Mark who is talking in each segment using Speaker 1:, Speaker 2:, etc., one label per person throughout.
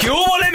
Speaker 1: ¿Qué hubo, le,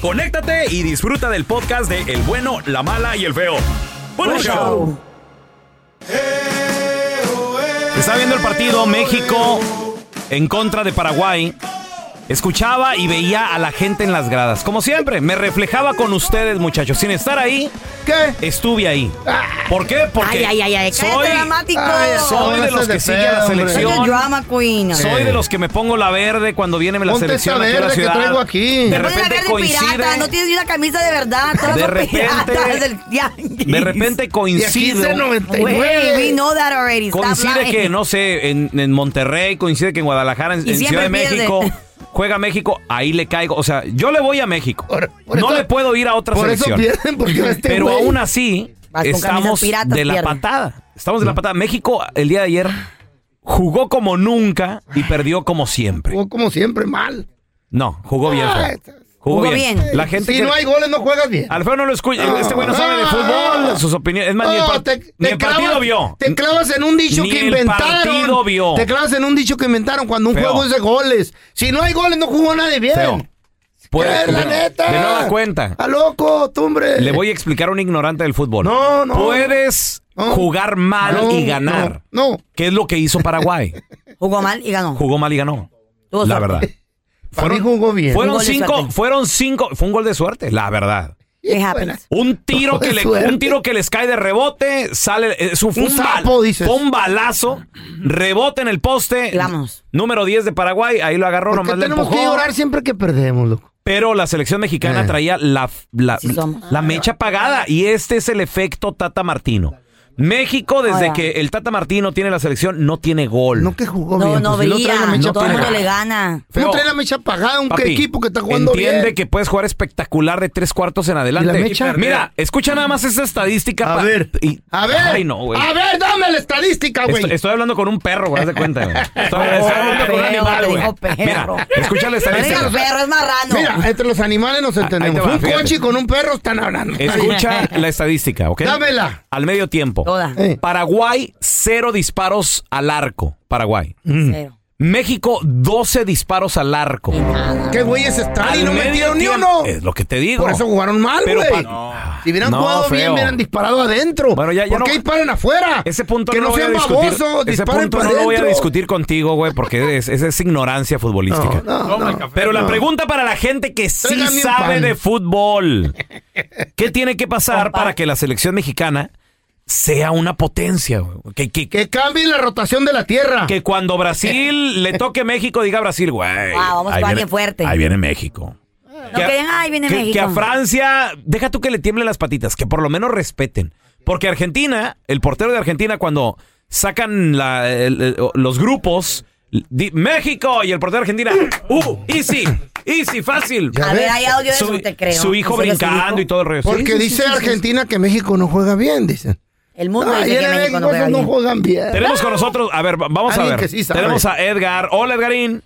Speaker 1: conéctate y disfruta del podcast de El bueno, la mala y el feo. Buen
Speaker 2: Buen
Speaker 1: show.
Speaker 2: show.
Speaker 1: Estaba viendo el partido México en contra de Paraguay. Escuchaba y veía a la gente en las gradas. Como siempre, me reflejaba con ustedes, muchachos. Sin estar ahí, ¿qué? Estuve ahí.
Speaker 3: Ah.
Speaker 1: ¿Por qué? Porque
Speaker 3: ay, ay, ay, cállate,
Speaker 1: soy,
Speaker 3: dramático.
Speaker 1: soy de los que siguen a la
Speaker 3: Soy el
Speaker 1: selección.
Speaker 3: drama queen.
Speaker 1: Soy de los que me pongo la verde cuando viene la
Speaker 3: Ponte esa
Speaker 1: selección aquí a la
Speaker 3: verde que
Speaker 1: ciudad.
Speaker 3: traigo
Speaker 4: aquí.
Speaker 1: De
Speaker 3: Te pones la
Speaker 1: repente
Speaker 3: cara de
Speaker 1: coincide.
Speaker 3: pirata, no tienes ni una camisa de verdad. Todas
Speaker 1: De
Speaker 3: son
Speaker 1: repente-
Speaker 3: piratas del tianguis.
Speaker 1: De repente coincide.
Speaker 3: Güey, we know that already. Stop
Speaker 1: Coincide
Speaker 3: lying.
Speaker 1: que, no sé, en, en Monterrey, coincide que en Guadalajara, en,
Speaker 3: Y
Speaker 1: en Ciudad de
Speaker 3: siempre pierde.
Speaker 1: México, juega México, ahí le caigo. O sea, yo le voy a México. no
Speaker 4: eso-
Speaker 1: le puedo ir a otra
Speaker 4: por eso
Speaker 1: selección.
Speaker 4: pierden, porque este
Speaker 1: Pero
Speaker 4: güey-
Speaker 1: aún así,
Speaker 4: Vas con
Speaker 1: estamos
Speaker 4: camisas piratas,
Speaker 1: de la
Speaker 4: pierde.
Speaker 1: patada. Estamos de la patada. México, el día de ayer, jugó como nunca y perdió como siempre.
Speaker 4: Jugó como siempre, mal.
Speaker 1: No, jugó bien.
Speaker 4: Ah,
Speaker 1: Fer. Jugó, bien. La gente
Speaker 4: si
Speaker 1: que-
Speaker 4: no hay goles, no juegas bien. Ah.
Speaker 1: Alfredo no lo escucha. Este güey no sabe de fútbol, sus opiniones. Es más, ni el,
Speaker 4: No,
Speaker 1: par-
Speaker 4: te-
Speaker 1: ni
Speaker 4: te
Speaker 1: el partido
Speaker 4: clavas-
Speaker 1: vio.
Speaker 4: Te clavas en un dicho
Speaker 1: Ni
Speaker 4: que
Speaker 1: el
Speaker 4: inventaron.
Speaker 1: partido vio.
Speaker 4: Te clavas en un dicho que inventaron cuando un
Speaker 1: Feo.
Speaker 4: juego es de goles. Si no hay goles, no jugó nadie bien.
Speaker 1: Feo. Puede-
Speaker 4: ¿Qué? La
Speaker 1: de-
Speaker 4: neta.
Speaker 1: De nueva cuenta.
Speaker 4: A loco, tú, hombre.
Speaker 1: Le voy a explicar a un ignorante del fútbol.
Speaker 4: No, no.
Speaker 1: Puedes
Speaker 4: No.
Speaker 1: jugar mal
Speaker 4: No,
Speaker 1: y ganar.
Speaker 4: No. no.
Speaker 1: ¿Qué es lo que hizo Paraguay?
Speaker 3: Jugó mal y ganó.
Speaker 1: Jugó mal y ganó.
Speaker 3: Tuvo
Speaker 1: La
Speaker 3: suerte.
Speaker 1: verdad.
Speaker 4: Para mí jugó bien.
Speaker 1: Fueron
Speaker 3: Un gol de
Speaker 1: cinco,
Speaker 3: suerte.
Speaker 1: fueron cinco, fue un gol de suerte, la verdad.
Speaker 3: It happens.
Speaker 1: Un tiro
Speaker 4: Gol
Speaker 1: que
Speaker 4: de
Speaker 1: le,
Speaker 4: suerte.
Speaker 1: un tiro que les cae de rebote, sale, es un, fue
Speaker 4: Un
Speaker 1: un bal-
Speaker 4: sapo, dices.
Speaker 1: fue un balazo, rebote en el poste.
Speaker 3: Vamos.
Speaker 1: Número 10 de Paraguay, ahí lo agarró,
Speaker 4: ¿Por qué
Speaker 1: nomás le
Speaker 4: tenemos
Speaker 1: empujó.
Speaker 4: que llorar siempre que perdemos, loco?
Speaker 1: Pero la selección mexicana
Speaker 4: Eh.
Speaker 1: traía la, la,
Speaker 3: Sí somos.
Speaker 1: la mecha apagada y este es el efecto Tata Martino. México, desde
Speaker 3: Ahora.
Speaker 1: que el Tata Martino tiene la selección, no tiene gol.
Speaker 4: No que jugó
Speaker 3: No,
Speaker 4: bien.
Speaker 3: no
Speaker 4: pues, si
Speaker 3: brilla.
Speaker 4: trae la mecha
Speaker 3: todo el mundo
Speaker 4: apagada.
Speaker 3: le gana.
Speaker 1: Feo.
Speaker 4: No trae la mecha apagada, un
Speaker 1: Papi,
Speaker 4: equipo que está jugando
Speaker 1: entiende
Speaker 4: bien.
Speaker 1: que puedes jugar espectacular de tres cuartos en adelante.
Speaker 4: ¿Y la mecha?
Speaker 1: Mira, escucha nada más esa estadística.
Speaker 4: A
Speaker 1: pa-
Speaker 4: ver,
Speaker 1: y-
Speaker 4: a ver,
Speaker 1: Ay, no, güey.
Speaker 4: a ver, dame la estadística, güey.
Speaker 1: Estoy, estoy hablando con un perro, güey, haz de cuenta. güey. Estoy,
Speaker 3: Oh,
Speaker 1: estoy hablando con un
Speaker 3: perro,
Speaker 1: animal,
Speaker 3: te
Speaker 1: güey.
Speaker 3: dijo perro.
Speaker 1: Mira, escucha la
Speaker 3: No le digas
Speaker 1: estadística.
Speaker 3: perro, es marrano.
Speaker 4: Mira, entre los animales nos
Speaker 1: ahí te
Speaker 4: entendemos.
Speaker 1: va,
Speaker 4: un
Speaker 1: fíjate.
Speaker 4: coche y con un perro están hablando.
Speaker 1: Escucha la estadística, ¿ok?
Speaker 4: Dámela.
Speaker 1: Al medio tiempo.
Speaker 3: Toda.
Speaker 4: Eh.
Speaker 1: Paraguay, cero disparos al arco. Paraguay.
Speaker 4: Mm.
Speaker 3: Cero.
Speaker 1: México, 12 disparos al arco.
Speaker 4: ¿Qué güeyes están?
Speaker 1: Al
Speaker 4: y no
Speaker 1: medio
Speaker 4: metieron ni
Speaker 1: tiempo-
Speaker 4: uno.
Speaker 1: Es lo que te digo.
Speaker 4: Por eso jugaron mal,
Speaker 1: Pero
Speaker 4: güey.
Speaker 1: pa-
Speaker 4: Si hubieran
Speaker 1: No,
Speaker 4: jugado bien,
Speaker 1: feo.
Speaker 4: hubieran disparado adentro.
Speaker 1: Bueno, ya- ya
Speaker 4: ¿Por
Speaker 1: no-
Speaker 4: qué disparan afuera?
Speaker 1: Ese punto
Speaker 4: que
Speaker 1: no,
Speaker 4: no,
Speaker 1: lo voy a
Speaker 4: sean
Speaker 1: discutir.
Speaker 4: babosos,
Speaker 1: Ese
Speaker 4: disparen
Speaker 1: punto
Speaker 4: para
Speaker 1: no lo voy a
Speaker 4: adentro.
Speaker 1: discutir contigo, güey, porque es, esa es ignorancia futbolística.
Speaker 4: No, no,
Speaker 1: Pero la pregunta para la gente que sí
Speaker 4: Tráigame un
Speaker 1: sabe
Speaker 4: pan.
Speaker 1: de fútbol. ¿Qué tiene que pasar para que la selección mexicana sea una potencia? güey? Que, que-
Speaker 4: Que cambien la rotación de la tierra.
Speaker 1: que cuando Brasil le toque México diga Brasil, güey.
Speaker 3: Ah, vamos a
Speaker 1: ahí
Speaker 3: jugar
Speaker 1: viene-
Speaker 3: bien fuerte.
Speaker 1: Ahí viene México.
Speaker 3: No que digan, "Ay, viene
Speaker 1: que-
Speaker 3: México".
Speaker 1: que a Francia, deja tú que le tiemblen las patitas, que por lo menos respeten. Porque Argentina, el portero de Argentina, cuando sacan la- el- el- los grupos, Di- México y el portero de Argentina. Uh, easy, easy, fácil.
Speaker 3: A ver, hay audio de
Speaker 1: Su-
Speaker 3: eso, te creo.
Speaker 1: Su hijo
Speaker 3: ¿Eso era su
Speaker 1: brincando
Speaker 3: hijo?
Speaker 1: y todo el rollo.
Speaker 4: Porque
Speaker 3: sí,
Speaker 4: dice
Speaker 3: sí, sí,
Speaker 4: Argentina que México no juega bien, dicen.
Speaker 3: El mundo
Speaker 4: Ay,
Speaker 3: dice que
Speaker 4: en el
Speaker 3: México no
Speaker 4: México
Speaker 3: juega bien.
Speaker 4: juegan bien.
Speaker 1: Tenemos con nosotros, a ver, va- vamos a
Speaker 4: Alguien
Speaker 1: ver.
Speaker 4: que sí sabe.
Speaker 1: Tenemos a Edgar. Hola, Edgarín.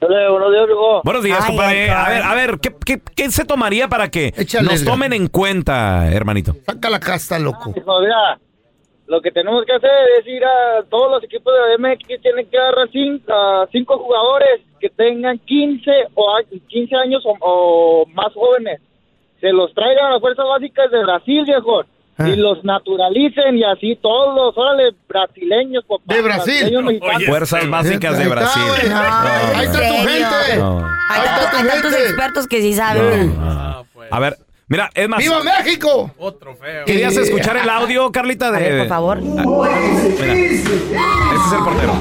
Speaker 2: Hola, buenos días, Hugo.
Speaker 1: Buenos días,
Speaker 3: Ay,
Speaker 1: compadre.
Speaker 3: Edgar.
Speaker 1: A ver, a ver, ¿qué, qué, qué se tomaría para que
Speaker 4: Échale,
Speaker 1: nos
Speaker 4: Edgar.
Speaker 1: tomen en cuenta, hermanito?
Speaker 4: Saca la casta, loco.
Speaker 2: Hijo, mira, lo que tenemos que hacer es ir a todos los equipos de MX tienen que agarrar cin- a cinco, jugadores que tengan 15 o a- 15 años o, o más jóvenes. Se los traigan a las fuerzas básicas de Brasil, viejo.
Speaker 4: Ah.
Speaker 2: Y los naturalicen y así todos los, órale, brasileños, papá.
Speaker 4: De Brasil.
Speaker 2: brasileños, mexicanos.
Speaker 1: Fuerzas básicas
Speaker 4: Ahí
Speaker 1: de
Speaker 4: está,
Speaker 1: Brasil.
Speaker 4: güey. Ah,
Speaker 1: No,
Speaker 4: Ahí está
Speaker 3: ¿en
Speaker 4: tu
Speaker 3: serio?
Speaker 4: gente.
Speaker 1: No.
Speaker 3: Hay,
Speaker 4: Ahí está
Speaker 3: tanto-
Speaker 4: tu
Speaker 3: hay tantos
Speaker 4: gente.
Speaker 3: expertos que sí saben.
Speaker 1: A ver, mira, es más,
Speaker 4: ¡Viva México!
Speaker 1: ¿querías escuchar el audio, Carlita? De,
Speaker 3: A ver, por favor.
Speaker 1: Mira, este es el portero.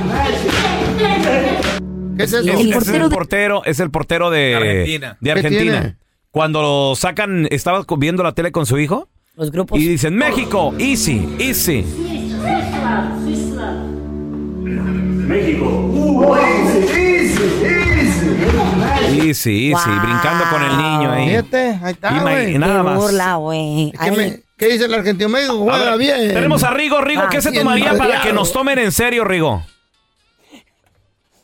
Speaker 4: ¿Qué
Speaker 1: Es-
Speaker 4: es eso?
Speaker 1: Este es
Speaker 3: portero
Speaker 1: el
Speaker 3: de-
Speaker 1: portero, es el portero de Argentina. De
Speaker 4: ¿Qué tiene?
Speaker 1: Argentina. Cuando lo sacan, estaba co- viendo la tele con su hijo
Speaker 3: Los grupos.
Speaker 1: y dicen México, easy, easy. Easy, easy,
Speaker 3: Wow.
Speaker 1: brincando con el niño ahí.
Speaker 4: Fíjate, ahí está,
Speaker 1: Ima-
Speaker 4: güey.
Speaker 1: nada
Speaker 3: Qué
Speaker 1: más.
Speaker 3: burla, güey.
Speaker 4: ¿Qué,
Speaker 3: Ay,
Speaker 4: me- qué dice el argentino? México
Speaker 1: A ver,
Speaker 4: juega bien.
Speaker 1: Tenemos a Rigo, Rigo,
Speaker 3: Ah,
Speaker 1: ¿qué se
Speaker 4: bien
Speaker 1: tomaría para
Speaker 4: madreado.
Speaker 1: que nos tomen en serio, Rigo?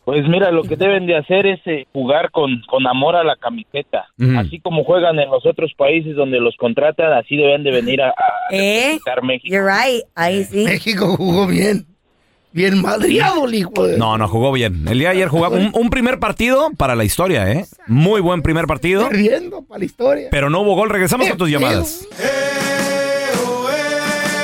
Speaker 2: Pues mira, lo que deben de hacer es eh, jugar con, con amor a la camiseta.
Speaker 1: Ujú.
Speaker 2: Así como juegan en los otros países donde los contratan, así deben de venir a, a
Speaker 3: ¿Eh?
Speaker 2: representar México.
Speaker 3: You're right.
Speaker 1: Eh.
Speaker 3: Ahí sí.
Speaker 4: México jugó bien. Bien madriado, el hijo de...
Speaker 1: No, no jugó bien. El día de ayer jugó un, un primer partido para la historia, ¿eh? Muy buen primer partido,
Speaker 4: Perdiendo para la historia.
Speaker 1: pero no hubo gol. Regresamos
Speaker 4: Eh,
Speaker 1: a tus llamadas.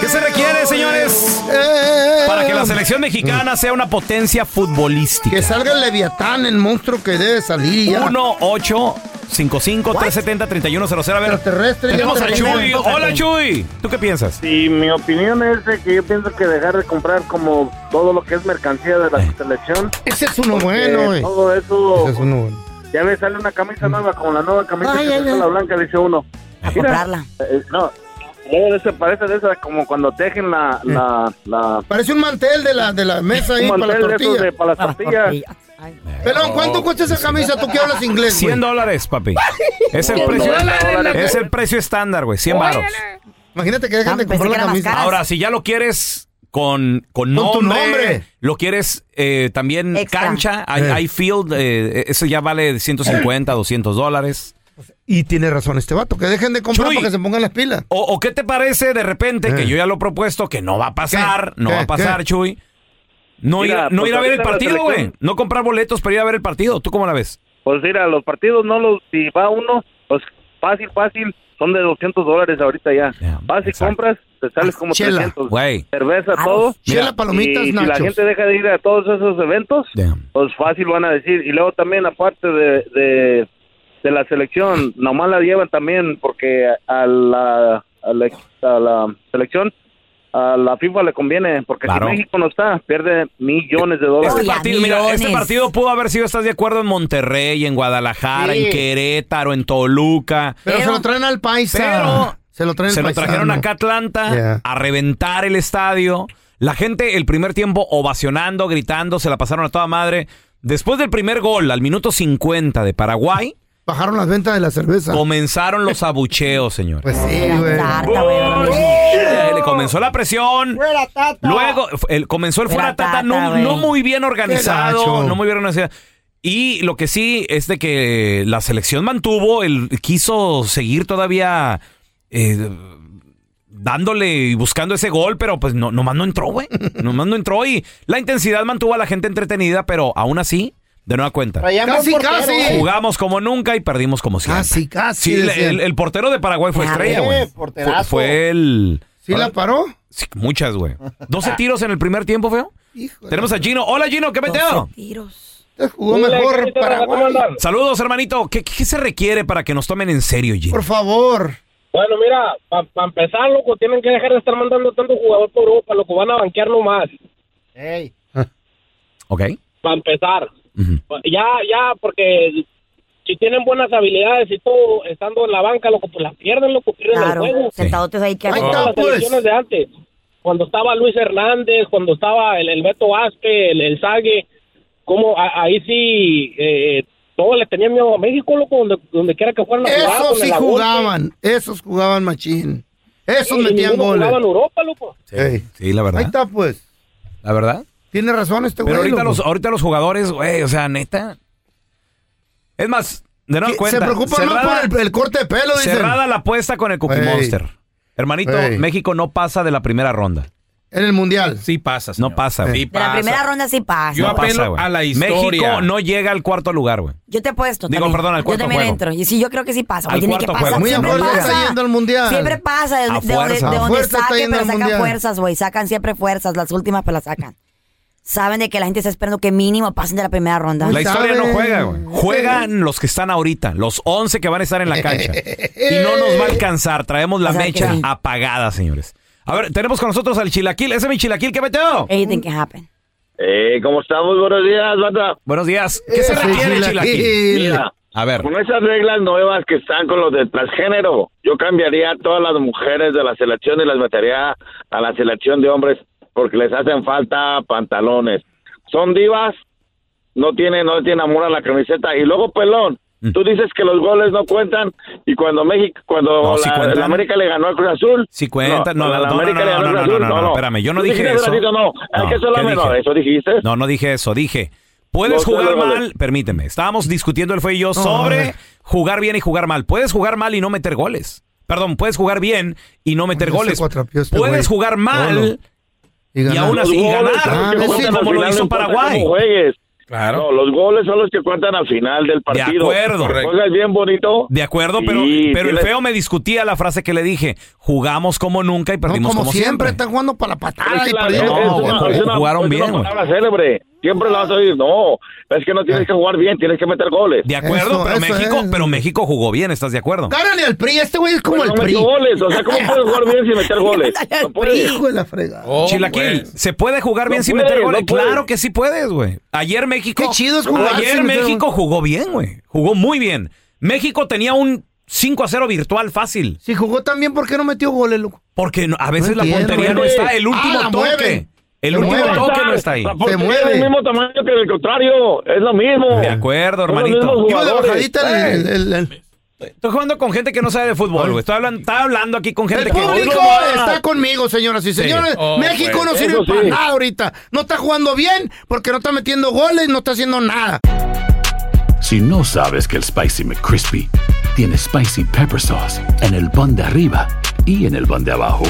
Speaker 1: ¿Qué se requiere, señores?
Speaker 4: Eh,
Speaker 1: Para que la selección mexicana sea una potencia
Speaker 4: Que
Speaker 1: futbolística.
Speaker 4: salga el Leviatán, el monstruo que debe salir ya.
Speaker 1: 1 8 55 370 3100 A ver,
Speaker 4: Extraterrestre,
Speaker 1: tenemos
Speaker 4: ya
Speaker 1: a
Speaker 4: no
Speaker 1: Chuy.
Speaker 4: tenemos.
Speaker 1: Hola, Chuy. ¿Tú qué piensas?
Speaker 2: Y mi opinión es de que yo pienso que dejar de comprar como todo lo que es mercancía de la selección.
Speaker 4: Ese es uno
Speaker 2: que
Speaker 4: bueno, eh. güey.
Speaker 2: todo eso,
Speaker 4: Ese es uno bueno.
Speaker 2: ya ves, sale una camisa nueva, como la nueva camisa
Speaker 3: Ay,
Speaker 2: que
Speaker 3: ay,
Speaker 2: sacó
Speaker 3: ay.
Speaker 2: la blanca, dice uno.
Speaker 3: A
Speaker 2: Mira,
Speaker 3: comprarla.
Speaker 2: eh, no, luego de esa- parece de esa como cuando tejen la, la, la
Speaker 4: Parece un mantel de la, de la mesa ahí
Speaker 2: un
Speaker 4: para la
Speaker 2: mantel de esos
Speaker 4: tortilla.
Speaker 2: de para las tortillas.
Speaker 3: Ay.
Speaker 4: Pelón, ¿cuánto cuesta esa camisa? Tú que hablas inglés, güey.
Speaker 1: 100 dólares, papi. Es el
Speaker 2: No,
Speaker 1: precio,
Speaker 2: 90 dólares.
Speaker 1: es el precio estándar, güey. 100 baros.
Speaker 4: Imagínate que dejan de
Speaker 3: Ah, pensé
Speaker 4: comprar
Speaker 3: que
Speaker 4: la
Speaker 3: era más
Speaker 4: camisa.
Speaker 3: cara.
Speaker 1: Ahora, si ya lo quieres con, con,
Speaker 4: Con
Speaker 1: nombre,
Speaker 4: tu nombre.
Speaker 1: lo quieres eh, también
Speaker 3: Extra.
Speaker 1: cancha, hay,
Speaker 4: Eh.
Speaker 1: hay field, eh, eso ya vale 150, 200 dólares.
Speaker 4: Y tiene razón este vato, que dejen de comprar
Speaker 1: Chuy.
Speaker 4: para que se pongan las pilas.
Speaker 1: O, o qué te parece de repente, que
Speaker 4: Eh.
Speaker 1: yo ya lo he propuesto, que no va a pasar,
Speaker 4: ¿Qué?
Speaker 1: no
Speaker 4: ¿Qué?
Speaker 1: va a pasar,
Speaker 4: ¿Qué?
Speaker 1: Chuy. No,
Speaker 2: Mira,
Speaker 1: ir, no
Speaker 2: pues
Speaker 1: ir a ver el
Speaker 2: ahorita la
Speaker 1: partido, güey.
Speaker 2: selección-
Speaker 1: No comprar boletos para ir a ver el partido. ¿Tú cómo la ves?
Speaker 2: Pues mira, los partidos no los, si va uno, pues fácil, fácil, son de 200 dólares ahorita ya.
Speaker 1: Ya,
Speaker 2: Vas y
Speaker 1: exacto.
Speaker 2: compras, te sales como
Speaker 4: Ah, Chela,
Speaker 2: 300.
Speaker 1: güey.
Speaker 2: Cerveza,
Speaker 3: Ah,
Speaker 2: todo.
Speaker 4: chela,
Speaker 2: Mira,
Speaker 4: palomitas,
Speaker 2: y si la
Speaker 4: nachos.
Speaker 2: gente deja de ir a todos esos eventos,
Speaker 1: Ya.
Speaker 2: pues fácil van a decir. Y luego también, aparte de, de, de la selección, nomás la llevan también porque a la, a la, a la selección, a la FIFA le conviene, porque
Speaker 1: Claro.
Speaker 2: si México no está, pierde millones de dólares.
Speaker 1: Este
Speaker 3: Oye,
Speaker 1: partido, mira, este
Speaker 3: millones.
Speaker 1: partido pudo haber sido, ¿estás de acuerdo? En Monterrey, en Guadalajara,
Speaker 4: Sí.
Speaker 1: en Querétaro, en Toluca.
Speaker 4: Pero,
Speaker 3: Pero-
Speaker 4: se lo traen al paisa.
Speaker 1: Pero-
Speaker 4: se lo traen al
Speaker 1: Se lo
Speaker 4: paisano.
Speaker 1: trajeron acá a Atlanta
Speaker 4: Yeah.
Speaker 1: Ah. a reventar el estadio. La gente el primer tiempo ovacionando, gritando, se la pasaron a toda madre. Después del primer gol, al minuto 50 de Paraguay,
Speaker 4: Bajaron las ventas de la cerveza.
Speaker 1: comenzaron los abucheos, señor.
Speaker 4: Pues sí,
Speaker 3: Era
Speaker 4: güey.
Speaker 3: harta, güey, no mames.
Speaker 1: Eh, Le comenzó la presión. Luego el- comenzó el
Speaker 3: Fuera
Speaker 1: fuera tata,
Speaker 3: Tata,
Speaker 1: no,
Speaker 3: güey.
Speaker 1: no muy bien
Speaker 4: Qué
Speaker 1: organizado,
Speaker 4: gacho.
Speaker 1: no muy bien organizado. Y lo que sí es de que la selección mantuvo, el quiso seguir todavía eh, dándole y buscando ese gol, pero pues no, nomás no entró, güey. Nomás no entró y la intensidad mantuvo a la gente entretenida, pero aún así, de nueva cuenta.
Speaker 4: Casi, casi.
Speaker 1: Jugamos como nunca y perdimos como siempre.
Speaker 4: Casi, casi.
Speaker 1: Sí, el,
Speaker 4: decían.
Speaker 1: el- el portero de Paraguay fue
Speaker 3: Ya
Speaker 1: estrella,
Speaker 3: ves,
Speaker 1: güey. Fue, fue el...
Speaker 4: ¿Sí la paró?
Speaker 1: Sí, muchas, güey. 12 tiros en el primer tiempo, feo.
Speaker 4: Hijo de-
Speaker 1: Tenemos a Gino. Hola, Gino, ¿qué meteo?
Speaker 3: Tiros.
Speaker 4: Jugó mejor Paraguay.
Speaker 1: Saludos, hermanito. ¿Qué, qué se requiere para que nos tomen en serio, Gino?
Speaker 4: Por favor.
Speaker 2: Bueno, mira, para empezar, loco, tienen que dejar de estar mandando tanto jugador por Europa, loco, van a banquear nomás,
Speaker 1: ¿Ok?
Speaker 2: para empezar.
Speaker 1: Ujú.
Speaker 2: Ya, ya, porque si tienen buenas habilidades y todo, estando en la banca, loco, pues las pierden, loco, pierden
Speaker 3: Claro.
Speaker 2: el juego.
Speaker 3: Sentadotes ahí que
Speaker 4: Ahí
Speaker 2: Todas
Speaker 4: está,
Speaker 2: las
Speaker 4: pues.
Speaker 2: selecciones de antes, cuando estaba Luis Hernández, cuando estaba el, el Beto Aspe, el, el Sague,
Speaker 5: como a- ahí sí, eh, eh, todos le tenían miedo a México, loco, donde, donde quiera que fueran a jugar,
Speaker 4: Esos
Speaker 5: donde
Speaker 4: sí
Speaker 5: la golpe.
Speaker 4: jugaban, esos jugaban machín. Esos
Speaker 5: Sí, y
Speaker 4: metían
Speaker 5: ninguno
Speaker 4: goles.
Speaker 5: jugaba en Europa, loco.
Speaker 1: Sí, sí, la
Speaker 4: Ahí
Speaker 1: verdad.
Speaker 4: está, pues.
Speaker 1: La verdad.
Speaker 4: Tiene razón este güey.
Speaker 1: Pero ahorita
Speaker 4: loco.
Speaker 1: los, ahorita los jugadores, güey, o sea, neta. Es más, de
Speaker 4: Que
Speaker 1: no cuenta.
Speaker 4: Se preocupan más por el, el corte de pelo, dicen.
Speaker 1: cerrada la apuesta con el Cookie
Speaker 4: Ey.
Speaker 1: Monster. Hermanito,
Speaker 4: Ey.
Speaker 1: México no pasa de la primera ronda.
Speaker 4: En el mundial.
Speaker 6: Sí pasa,
Speaker 1: No pasa, güey.
Speaker 6: Sí
Speaker 3: De la
Speaker 6: pasa.
Speaker 3: primera ronda sí pasa.
Speaker 6: Yo
Speaker 1: No
Speaker 6: apelo
Speaker 1: pasa, güey.
Speaker 6: a la historia.
Speaker 1: México no llega al cuarto lugar, güey.
Speaker 3: Yo te he puesto.
Speaker 1: Digo,
Speaker 3: también.
Speaker 1: perdón, al
Speaker 3: Yo
Speaker 1: cuarto
Speaker 3: también
Speaker 1: juego.
Speaker 3: entro. Y sí, yo creo que sí pasa. güey,
Speaker 1: Al
Speaker 3: tiene que
Speaker 1: cuarto juego.
Speaker 3: pasar.
Speaker 4: Muy a
Speaker 3: siempre
Speaker 4: fuerza
Speaker 3: pasa.
Speaker 4: está yendo al mundial.
Speaker 3: Siempre pasa. De,
Speaker 1: A
Speaker 3: de
Speaker 1: fuerza.
Speaker 3: donde, de
Speaker 1: A
Speaker 3: donde
Speaker 4: fuerza está
Speaker 3: saquen,
Speaker 4: yendo
Speaker 3: pero
Speaker 4: al
Speaker 3: sacan
Speaker 4: mundial.
Speaker 3: fuerzas, güey. Sacan siempre fuerzas. Las últimas, pero las sacan. Saben de que la gente está esperando que mínimo pasen de la primera ronda.
Speaker 1: La historia
Speaker 4: saben.
Speaker 1: no juega, güey. Juegan los que están ahorita, los 11 que van a estar en la cancha. Y no nos va a alcanzar. Traemos la
Speaker 3: O sea que
Speaker 1: mecha
Speaker 3: sí.
Speaker 1: apagada, señores. A ver, tenemos con nosotros al Chilaquil. Ese es mi Chilaquil, ¿qué metió?
Speaker 3: Anything can happen.
Speaker 2: Eh, ¿Cómo estamos? Buenos días, banda.
Speaker 1: Buenos días. ¿Qué se
Speaker 4: Ese
Speaker 1: requiere,
Speaker 4: chilaquil.
Speaker 1: Chilaquil?
Speaker 2: Mira,
Speaker 1: A ver.
Speaker 2: con esas reglas nuevas que están con los de transgénero, yo cambiaría a todas las mujeres de la selección y las metería a la selección de hombres porque les hacen falta pantalones. Son divas, no tienen, no tienen amor a la camiseta. Y luego, pelón,
Speaker 1: Mm.
Speaker 2: tú dices que los goles no cuentan y cuando México, cuando
Speaker 1: No,
Speaker 2: la,
Speaker 1: sí cuentan.
Speaker 2: la América le ganó al Cruz Azul.
Speaker 1: Sí cuentan. No,
Speaker 2: la
Speaker 1: no, no,
Speaker 2: América
Speaker 1: no,
Speaker 2: le ganó
Speaker 1: no,
Speaker 2: al
Speaker 1: no,
Speaker 2: Cruz Azul,
Speaker 1: no, no, espérame, yo no
Speaker 2: Tú
Speaker 1: dije
Speaker 2: dijiste hace
Speaker 1: eso.
Speaker 2: ratito, no, es
Speaker 1: No,
Speaker 2: que eso es
Speaker 1: ¿qué
Speaker 2: la menor,
Speaker 1: dije?
Speaker 2: eso dijiste.
Speaker 1: No, no dije eso, dije. Puedes
Speaker 2: No,
Speaker 1: jugar
Speaker 2: no, no, no.
Speaker 1: mal, permíteme. Estábamos discutiendo el fue y yo sobre jugar bien y jugar mal. Puedes jugar mal y no meter goles. Perdón, puedes jugar bien y no meter
Speaker 4: Ya se
Speaker 1: goles.
Speaker 4: cuatrapeó este
Speaker 1: puedes
Speaker 4: güey.
Speaker 1: jugar mal y
Speaker 4: ganar.
Speaker 1: aún
Speaker 2: Los
Speaker 1: así
Speaker 2: goles
Speaker 1: ganar.
Speaker 2: son los que
Speaker 4: Ah,
Speaker 2: cuentan
Speaker 4: sí,
Speaker 2: al
Speaker 1: como lo
Speaker 2: final,
Speaker 1: hizo
Speaker 2: no importa
Speaker 1: Paraguay.
Speaker 2: cómo juegues.
Speaker 6: Claro.
Speaker 2: No, los goles son los que cuentan al final del partido.
Speaker 1: acuerdo. Correcto.
Speaker 2: Juegas bien bonito.
Speaker 1: De acuerdo, pero,
Speaker 2: Sí,
Speaker 1: pero el
Speaker 2: tienes-
Speaker 1: feo me discutía la frase que le dije. Jugamos como nunca y
Speaker 4: No,
Speaker 1: perdimos
Speaker 4: como,
Speaker 1: como,
Speaker 4: siempre, están jugando para la
Speaker 2: Es
Speaker 4: patada
Speaker 2: que
Speaker 4: y
Speaker 2: la-
Speaker 4: para
Speaker 2: es-
Speaker 1: no,
Speaker 2: es
Speaker 1: güey,
Speaker 2: una-
Speaker 1: jugó-
Speaker 2: es una-
Speaker 1: jugaron
Speaker 2: es una
Speaker 1: bien, güey.
Speaker 2: palabra célebre. Siempre la vas a oír. No, es que no tienes que jugar bien, tienes que meter goles.
Speaker 1: Eh. De acuerdo,
Speaker 4: Eso,
Speaker 1: pero,
Speaker 4: eso
Speaker 1: México,
Speaker 4: es.
Speaker 1: pero México jugó bien, ¿estás de acuerdo?
Speaker 4: Gárale al PRI, este güey es como
Speaker 2: Pero
Speaker 4: el
Speaker 2: no
Speaker 4: PRI.
Speaker 2: metió goles. O sea, ¿cómo puedes jugar bien sin meter goles? No puedes.
Speaker 4: Hijo de la fregada.
Speaker 6: Oh,
Speaker 1: Chilaquil,
Speaker 6: güey.
Speaker 1: ¿se puede jugar
Speaker 2: No
Speaker 1: bien sin
Speaker 2: puedes,
Speaker 1: meter goles?
Speaker 2: no puedes.
Speaker 1: claro que sí puedes, güey. Ayer México.
Speaker 4: Qué chido es jugar
Speaker 1: Ayer
Speaker 4: sin meter
Speaker 1: México jugó bien, güey. Jugó muy bien. México tenía un 5 a 0 virtual fácil.
Speaker 4: Si jugó también, ¿por qué no metió goles, loco?
Speaker 1: Porque no- a veces la
Speaker 4: No entiendo,
Speaker 1: puntería no
Speaker 2: güey.
Speaker 1: está. El
Speaker 4: Ah,
Speaker 1: último
Speaker 4: la
Speaker 1: toque.
Speaker 4: mueven.
Speaker 1: El
Speaker 4: Se
Speaker 1: último
Speaker 4: mueven.
Speaker 1: toque no está ahí.
Speaker 2: La portería
Speaker 4: mueve.
Speaker 2: Es el mismo tamaño que el contrario. Es lo mismo.
Speaker 1: De acuerdo,
Speaker 2: Son los
Speaker 1: hermanito.
Speaker 2: mismos
Speaker 4: Iba de
Speaker 2: jugadores.
Speaker 4: bajadita el, el- el-
Speaker 1: Estoy jugando con gente que no sabe de fútbol, güey. Estoy hablando, estaba hablando aquí con
Speaker 4: el
Speaker 1: gente que.
Speaker 4: público está conmigo, señoras y señores.
Speaker 6: Oh,
Speaker 4: México no
Speaker 2: pues,
Speaker 4: sirve
Speaker 2: eso
Speaker 4: para
Speaker 2: sí.
Speaker 4: nada ahorita. No está jugando bien porque no está metiendo goles, no está haciendo nada.
Speaker 7: Si no sabes que el Spicy McCrispy tiene Spicy Pepper Sauce en el pan de arriba y en el pan de abajo,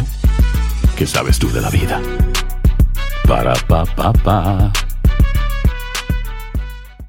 Speaker 7: ¿qué sabes tú de la vida? Para, pa, pa, pa.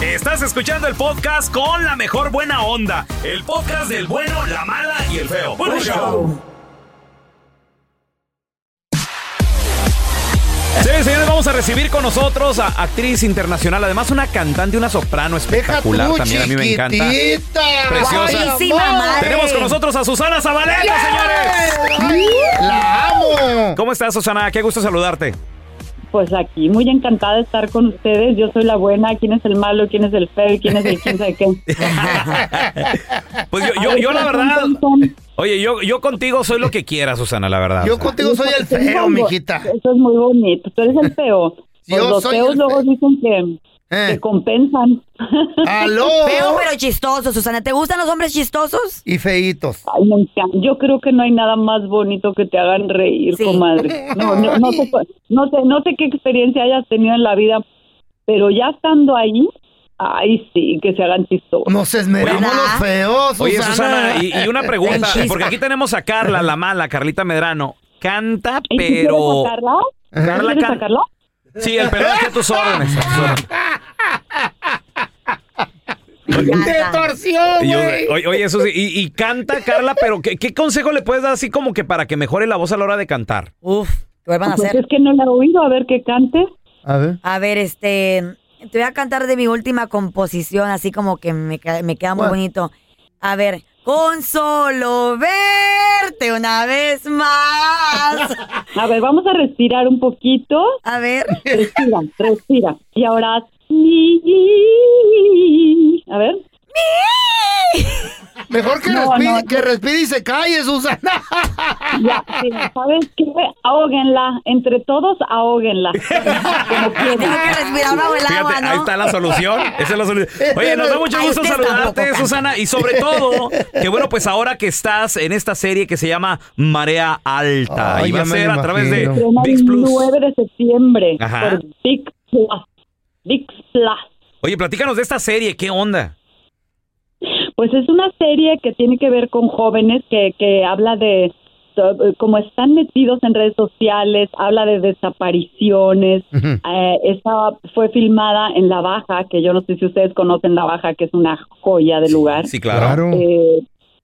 Speaker 1: Estás escuchando el podcast con la mejor buena onda. El podcast del bueno, la mala y el feo. ¡Buen show! Sí, señores, vamos a recibir con nosotros a actriz internacional, además una cantante, una soprano
Speaker 4: Deja tú,
Speaker 1: espectacular también, a mí me encanta.
Speaker 4: chiquitita.
Speaker 1: Preciosa.
Speaker 3: Guapísima madre.
Speaker 1: Tenemos con nosotros a Susana Zabaleta, señores.
Speaker 4: Ay, La amo.
Speaker 1: ¿Cómo estás, Susana? Qué gusto saludarte.
Speaker 8: Pues aquí, muy encantada de estar con ustedes. Yo soy la buena, quién es el malo, quién es el feo, y quién es el quién sabe qué.
Speaker 1: Pues yo, yo, yo la verdad, oye, yo, yo contigo soy lo que quiera, Susana, la verdad.
Speaker 4: Yo contigo soy el feo, mijita.
Speaker 8: Eso es muy bonito. Tú eres el feo. Pues
Speaker 4: Yo
Speaker 8: los
Speaker 4: soy
Speaker 8: feos
Speaker 4: el
Speaker 8: luego
Speaker 4: feo.
Speaker 8: dicen que,
Speaker 4: Eh,
Speaker 8: que compensan.
Speaker 4: aló.
Speaker 3: Feo, pero chistoso, Susana. ¿Te gustan los hombres chistosos?
Speaker 4: Y feitos.
Speaker 8: Ay, me encanta. Yo creo que no hay nada más bonito que te hagan reír,
Speaker 3: Sí.
Speaker 8: comadre. No, no, no sé, cu- no, sé, no sé qué experiencia hayas tenido en la vida, pero ya estando ahí, ay, sí, que se hagan chistosos.
Speaker 4: Nos esmeramos
Speaker 3: ¿Verdad?
Speaker 4: los feos,
Speaker 1: Oye, Susana, y, y una pregunta,
Speaker 3: Chispa.
Speaker 1: porque aquí tenemos a Carla, la mala, Carlita Medrano. Canta,
Speaker 8: Ay, ¿tú quieres
Speaker 1: pero...
Speaker 8: sacarla? ¿Tú
Speaker 1: Carla
Speaker 8: quieres
Speaker 1: can-
Speaker 8: sacarla?
Speaker 1: Sí, el pelón está a tus órdenes. a tus órdenes.
Speaker 4: ¡Te torció,
Speaker 1: Y yo-
Speaker 4: güey!
Speaker 1: oye, oye, eso sí, y, y canta Carla, pero ¿qué, qué consejo le puedes dar así como que para que mejore la voz a la hora de cantar?
Speaker 3: Uf, ¿qué van a
Speaker 8: Pues
Speaker 3: hacer?
Speaker 8: es que no la he oído, a ver que cante.
Speaker 4: A ver.
Speaker 3: A ver, este, te voy a cantar de mi última composición, así como que me, ca- me queda muy
Speaker 8: Bueno.
Speaker 3: bonito. A ver, con solo verte una vez más.
Speaker 8: A ver, vamos a respirar un poquito.
Speaker 3: A ver.
Speaker 8: Respira, respira. Y ahora sí. A ver.
Speaker 4: Mejor que,
Speaker 8: No,
Speaker 4: respire,
Speaker 8: no.
Speaker 4: que respire y se calle, Susana.
Speaker 8: Ya, mira, ¿sabes qué? Ahóguenla. Entre todos, ahóguenla. Como quieran.
Speaker 1: Fíjate, ahí está la solución. Esa es la solución. Oye, nos da mucho
Speaker 3: A
Speaker 1: gusto
Speaker 3: usted
Speaker 1: saludarte,
Speaker 3: tampoco,
Speaker 1: Susana. Y sobre todo, que bueno, pues ahora que estás en esta serie que se llama Marea Alta.
Speaker 4: Ay,
Speaker 1: y va
Speaker 4: ya
Speaker 1: a
Speaker 4: me
Speaker 1: ser
Speaker 4: lo
Speaker 1: a través de
Speaker 4: imagino.
Speaker 8: Estrena
Speaker 1: VIX
Speaker 8: el
Speaker 1: Plus.
Speaker 8: 9 de septiembre
Speaker 1: Ajá.
Speaker 8: por Big Plus. Big Plus.
Speaker 1: Oye, platícanos de esta serie, ¿qué onda?
Speaker 8: Pues es una serie que tiene que ver con jóvenes que, que habla de eh, como están metidos en redes sociales, habla de desapariciones. Eh, esta fue filmada en La Baja, que yo no sé si ustedes conocen La Baja, que es una joya de lugar.
Speaker 1: sí, claro. Claro.
Speaker 8: Eh,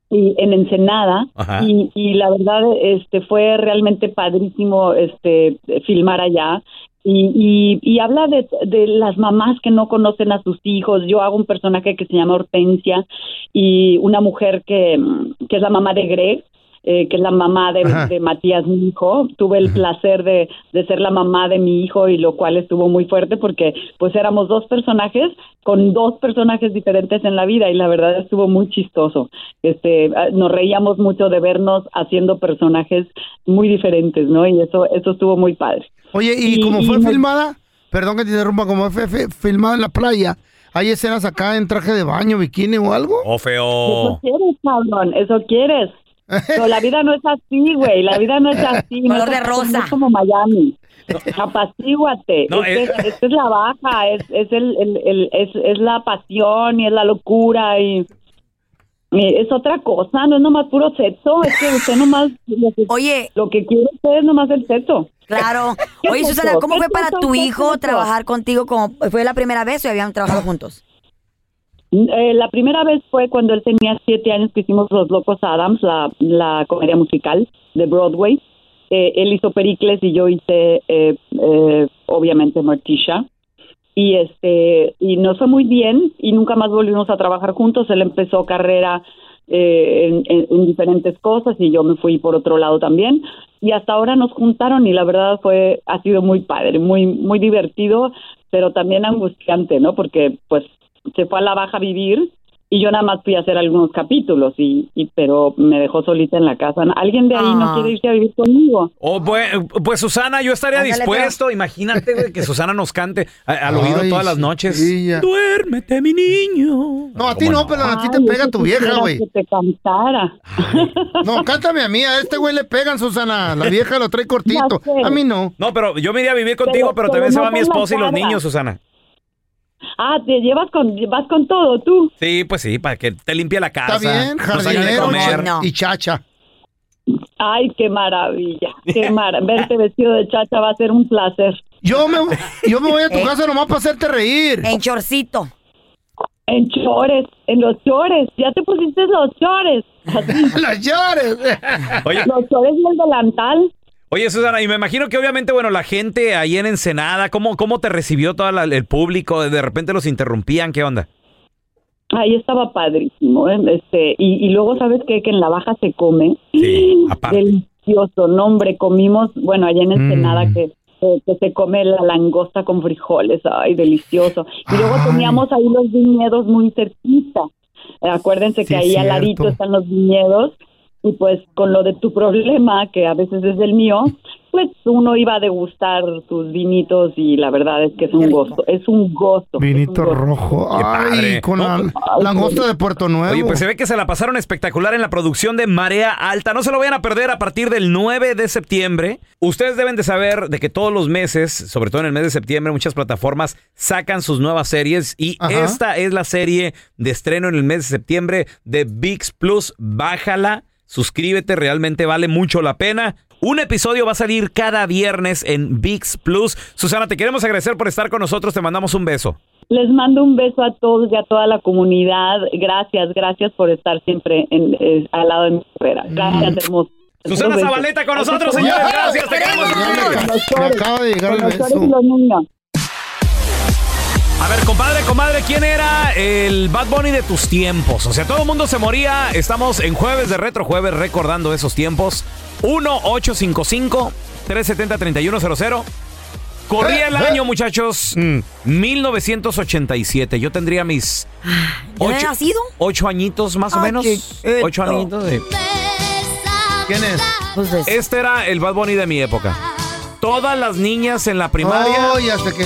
Speaker 8: y en Ensenada
Speaker 1: Ajá.
Speaker 8: y, y la verdad este fue realmente padrísimo este filmar allá y, y, y habla de, de las mamás que no conocen a sus hijos. Yo hago un personaje que se llama Hortensia y una mujer que, mm, que es la mamá de Greg, eh, que es la mamá de,
Speaker 6: Ajá.
Speaker 8: de Matías, mi hijo. Tuve el placer de, de ser la mamá de mi hijo y lo cual estuvo muy fuerte porque pues éramos dos personajes con dos personajes diferentes en la vida y la verdad estuvo muy chistoso. Este, ah, nos reíamos mucho de vernos haciendo personajes muy diferentes, ¿no? Y eso, eso estuvo muy padre.
Speaker 4: Oye, y, como
Speaker 8: y
Speaker 4: fue
Speaker 8: no-
Speaker 4: filmada, perdón que te interrumpa, como fue fe- filmada en la playa, ¿hay escenas acá en traje de baño, bikini o algo?
Speaker 1: Oh,
Speaker 8: Eso
Speaker 1: feo.
Speaker 8: quieres, cabrón, eso quieres. Pero la vida no es así, güey, la vida no es así. No
Speaker 3: Color
Speaker 8: te
Speaker 3: de rosa. eh.
Speaker 8: pongas como Miami. Apacíguate.
Speaker 1: No,
Speaker 8: Esta
Speaker 1: es-
Speaker 8: es, esta es la baja, es, es, el, el- el- es, es la pasión y es la locura y... y Es otra cosa, no es nomás puro sexo, es que usted nomás... Lo que,
Speaker 3: Oye.
Speaker 8: Lo que quiere usted es nomás el sexo.
Speaker 3: Claro.
Speaker 8: ¿Qué
Speaker 3: Oye,
Speaker 8: es eso?
Speaker 3: Susana, ¿cómo
Speaker 8: ¿Qué
Speaker 3: fue
Speaker 8: es
Speaker 3: para
Speaker 8: eso?
Speaker 3: tu
Speaker 8: ¿Qué es
Speaker 3: hijo
Speaker 8: eso?
Speaker 3: trabajar contigo? Como, ¿Fue la primera vez o ya habían trabajado juntos?
Speaker 8: Eh, la primera vez fue cuando él tenía siete años que hicimos Los Locos Adams, la, la comedia musical de Broadway. Eh, él hizo Pericles y yo hice, eh, eh, obviamente, Morticia. Y, este, y nos fue muy bien y nunca más volvimos a trabajar juntos. Él empezó carrera eh, en, en- en diferentes cosas y yo me fui por otro lado también. Y hasta ahora nos juntaron y la verdad fue, ha sido muy padre, muy, muy divertido, pero también angustiante, ¿no? Porque pues se fue a la baja a vivir y yo nada más fui a hacer algunos capítulos y, y- pero me dejó solita en la casa. Alguien de ahí
Speaker 1: Ah.
Speaker 8: no quiere irse a vivir conmigo.
Speaker 1: Oh, bue- pues, Susana, yo estaría
Speaker 8: Ándale,
Speaker 1: dispuesto. Imagínate güey, que Susana nos cante a- al oído
Speaker 4: Ay,
Speaker 1: todas las noches.
Speaker 4: sí, ya.
Speaker 1: Duérmete, mi niño.
Speaker 4: No, a ti
Speaker 1: ¿Cómo
Speaker 4: no, pero a ti te
Speaker 8: Ay,
Speaker 4: pega
Speaker 8: eso
Speaker 4: tu vieja,
Speaker 8: quisiera
Speaker 4: güey.
Speaker 8: que te cantara.
Speaker 4: No, cántame a mí, a este güey le pegan, Susana. La vieja lo trae cortito.
Speaker 8: Ya sé.
Speaker 4: A mí no.
Speaker 1: No, pero yo me iría a vivir contigo, pero,
Speaker 8: Pero- pero
Speaker 1: también se
Speaker 8: no
Speaker 1: va mi
Speaker 8: con la
Speaker 1: esposa y los
Speaker 8: cara.
Speaker 1: niños, Susana.
Speaker 8: Ah, te llevas con, vas con todo tú.
Speaker 1: Sí, pues sí, para que te limpie la casa.
Speaker 4: Está bien,
Speaker 1: nos haga de
Speaker 4: jardinero
Speaker 1: comer.
Speaker 3: No.
Speaker 4: y chacha.
Speaker 8: Ay, qué maravilla, qué mar verte vestido de chacha va a ser un placer.
Speaker 4: Yo me, yo me voy a tu
Speaker 3: Eh.
Speaker 4: casa nomás para hacerte reír.
Speaker 3: En chorcito.
Speaker 8: En chores, en los chores, ya te pusiste los chores, Así,
Speaker 4: Las llores.
Speaker 1: Oye,
Speaker 8: los chores y el delantal.
Speaker 1: oye, Susana, y me imagino que obviamente, bueno, la gente ahí en Ensenada, ¿cómo, cómo te recibió todo el público? De repente los interrumpían, ¿qué onda?
Speaker 8: Ahí estaba padrísimo, ¿eh? este, y, y luego sabes qué? que en la baja se come.
Speaker 1: Sí, aparte.
Speaker 8: Delicioso, no hombre, comimos, bueno, allá en Ensenada
Speaker 4: Mm.
Speaker 8: que, eh, que se come la langosta con frijoles, ay, delicioso. Y luego
Speaker 4: Ay.
Speaker 8: teníamos ahí los viñedos muy cerquita. Eh, Acuérdense
Speaker 4: Sí,
Speaker 8: que ahí al ladito
Speaker 4: cierto.
Speaker 8: están los viñedos y pues con lo de tu problema, que a veces es el mío, pues uno iba a degustar tus vinitos y la verdad es que es un gozo, es un gozo.
Speaker 4: Vinito
Speaker 8: es un gozo.
Speaker 4: rojo.
Speaker 1: Qué
Speaker 4: Ay,
Speaker 1: padre.
Speaker 4: con
Speaker 1: No,
Speaker 4: la
Speaker 1: pues-
Speaker 4: langosta de Puerto Nuevo.
Speaker 1: Oye, pues se ve que se la pasaron espectacular en la producción de Marea Alta. No se lo vayan a perder a partir del 9 de septiembre. Ustedes deben de saber de que todos los meses, sobre todo en el mes de septiembre, muchas plataformas sacan sus nuevas series y
Speaker 4: Ajá.
Speaker 1: esta es la serie de estreno en el mes de septiembre de VIX Plus. Bájala, suscríbete, realmente vale mucho la pena. Un episodio va a salir cada viernes en VIX Plus. Susana, te queremos agradecer por estar con nosotros. Te mandamos un beso.
Speaker 8: Les mando un beso a todos y a toda la comunidad. Gracias, gracias por estar siempre en, eh, al lado de mi carrera. Gracias, hermoso.
Speaker 1: Mm. Susana
Speaker 8: Hermoso beso.
Speaker 1: Zabaleta con nosotros, señores. Gracias, te queremos.
Speaker 4: Me acaba de llegar el beso.
Speaker 1: A ver, compadre, comadre, ¿quién era el Bad Bunny de tus tiempos? O sea, todo el mundo se moría. Estamos en jueves de Retro Jueves recordando esos tiempos. 1-855-370-3100.
Speaker 4: Eh,
Speaker 1: Corría el año, muchachos.
Speaker 4: Mm.
Speaker 1: 1987. Yo tendría mis.
Speaker 3: Ah, ¿Ya había nacido?
Speaker 1: Ocho añitos, más o
Speaker 3: Ah,
Speaker 1: menos.
Speaker 3: chiquito.
Speaker 1: Ocho añitos. sí.
Speaker 4: ¿Quién es?
Speaker 3: Pues
Speaker 1: Este era el Bad Bunny de mi época. Todas las niñas en la primaria.
Speaker 4: Ay, hasta que.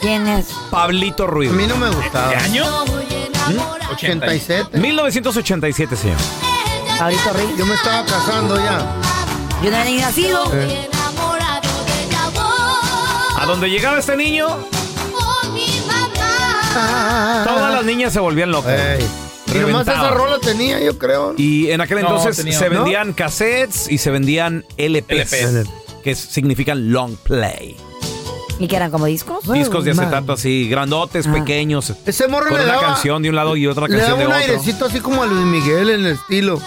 Speaker 3: ¿Quién es?
Speaker 1: Pablito Ruiz. A mí
Speaker 4: no me gustaba. ¿Mm?
Speaker 1: ¿Qué año? ¿Mm?
Speaker 4: 87.
Speaker 1: 1987, señor.
Speaker 3: Pablito Ruiz.
Speaker 4: Yo me estaba casando ya. Eh.
Speaker 3: Yo no había ni nacido.
Speaker 1: A donde llegaba este niño, todas las niñas se volvían locas.
Speaker 4: Y nomás
Speaker 1: Reventaban.
Speaker 4: esa rola tenía, yo creo.
Speaker 1: Y en aquel
Speaker 4: No,
Speaker 1: entonces
Speaker 4: tenía-
Speaker 1: se
Speaker 4: ¿No?
Speaker 1: vendían cassettes y se vendían LPs,
Speaker 4: LPs.
Speaker 1: que significan long play.
Speaker 3: ¿Y que eran como discos?
Speaker 1: Discos de acetato así, grandotes,
Speaker 3: Ah.
Speaker 1: pequeños.
Speaker 4: Ese morro
Speaker 1: con
Speaker 4: le
Speaker 1: una
Speaker 4: daba-
Speaker 1: canción de un lado y otra
Speaker 4: Le
Speaker 1: canción
Speaker 4: daba
Speaker 1: de
Speaker 4: un
Speaker 1: otro.
Speaker 4: airecito así como a Luis Miguel en el estilo.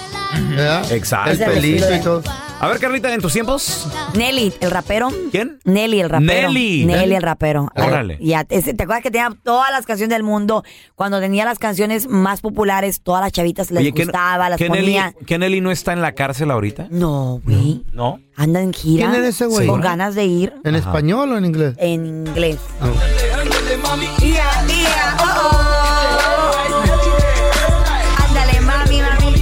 Speaker 4: ¿verdad?
Speaker 1: Exacto.
Speaker 4: El pelito y todo.
Speaker 1: A ver, Carlita, en tus tiempos.
Speaker 3: Nelly, el rapero.
Speaker 1: ¿Quién?
Speaker 3: Nelly, el rapero.
Speaker 1: Nelly.
Speaker 3: Nelly, el rapero.
Speaker 1: Órale.
Speaker 3: Y a- ese- ¿Te acuerdas que tenía todas las canciones del mundo? Cuando tenía las canciones más populares, todas las chavitas les
Speaker 1: Oye, ¿qué-
Speaker 3: gustaba, las
Speaker 1: ¿qué Nelly, Oh,
Speaker 3: ponía.
Speaker 1: qué Nelly no está en la cárcel ahorita?
Speaker 3: No, güey.
Speaker 1: No.
Speaker 3: Andan en gira.
Speaker 4: ¿Quién era ese güey?
Speaker 3: Con ganas de ir
Speaker 4: ¿En
Speaker 1: Ajá.
Speaker 4: español o en inglés? Ah,
Speaker 3: en inglés. Ándale, mami, mami.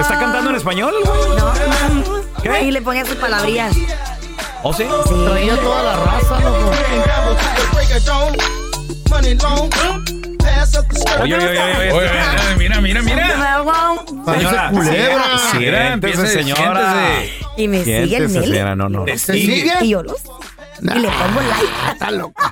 Speaker 1: ¿Está cantando en español? ¿Qué?
Speaker 3: Ahí le ponía sus palabrillas.
Speaker 1: ¿O sí?
Speaker 4: Traía toda la raza, loco.
Speaker 1: Oye, oye, oye, oye,
Speaker 6: Oye,
Speaker 1: este-
Speaker 6: mira, mira, mira.
Speaker 4: Parece
Speaker 1: Señora,
Speaker 4: culebra.
Speaker 1: sí, siéntese,
Speaker 6: Siéntese,
Speaker 1: señora.
Speaker 6: siéntese.
Speaker 3: Y me sigue el
Speaker 1: Siéntese,
Speaker 3: Nelly.
Speaker 1: señora, no, no. no.
Speaker 6: ¿Te
Speaker 3: Y-
Speaker 6: sigue?
Speaker 3: Y yo los. Y le pongo like.
Speaker 4: Está loco.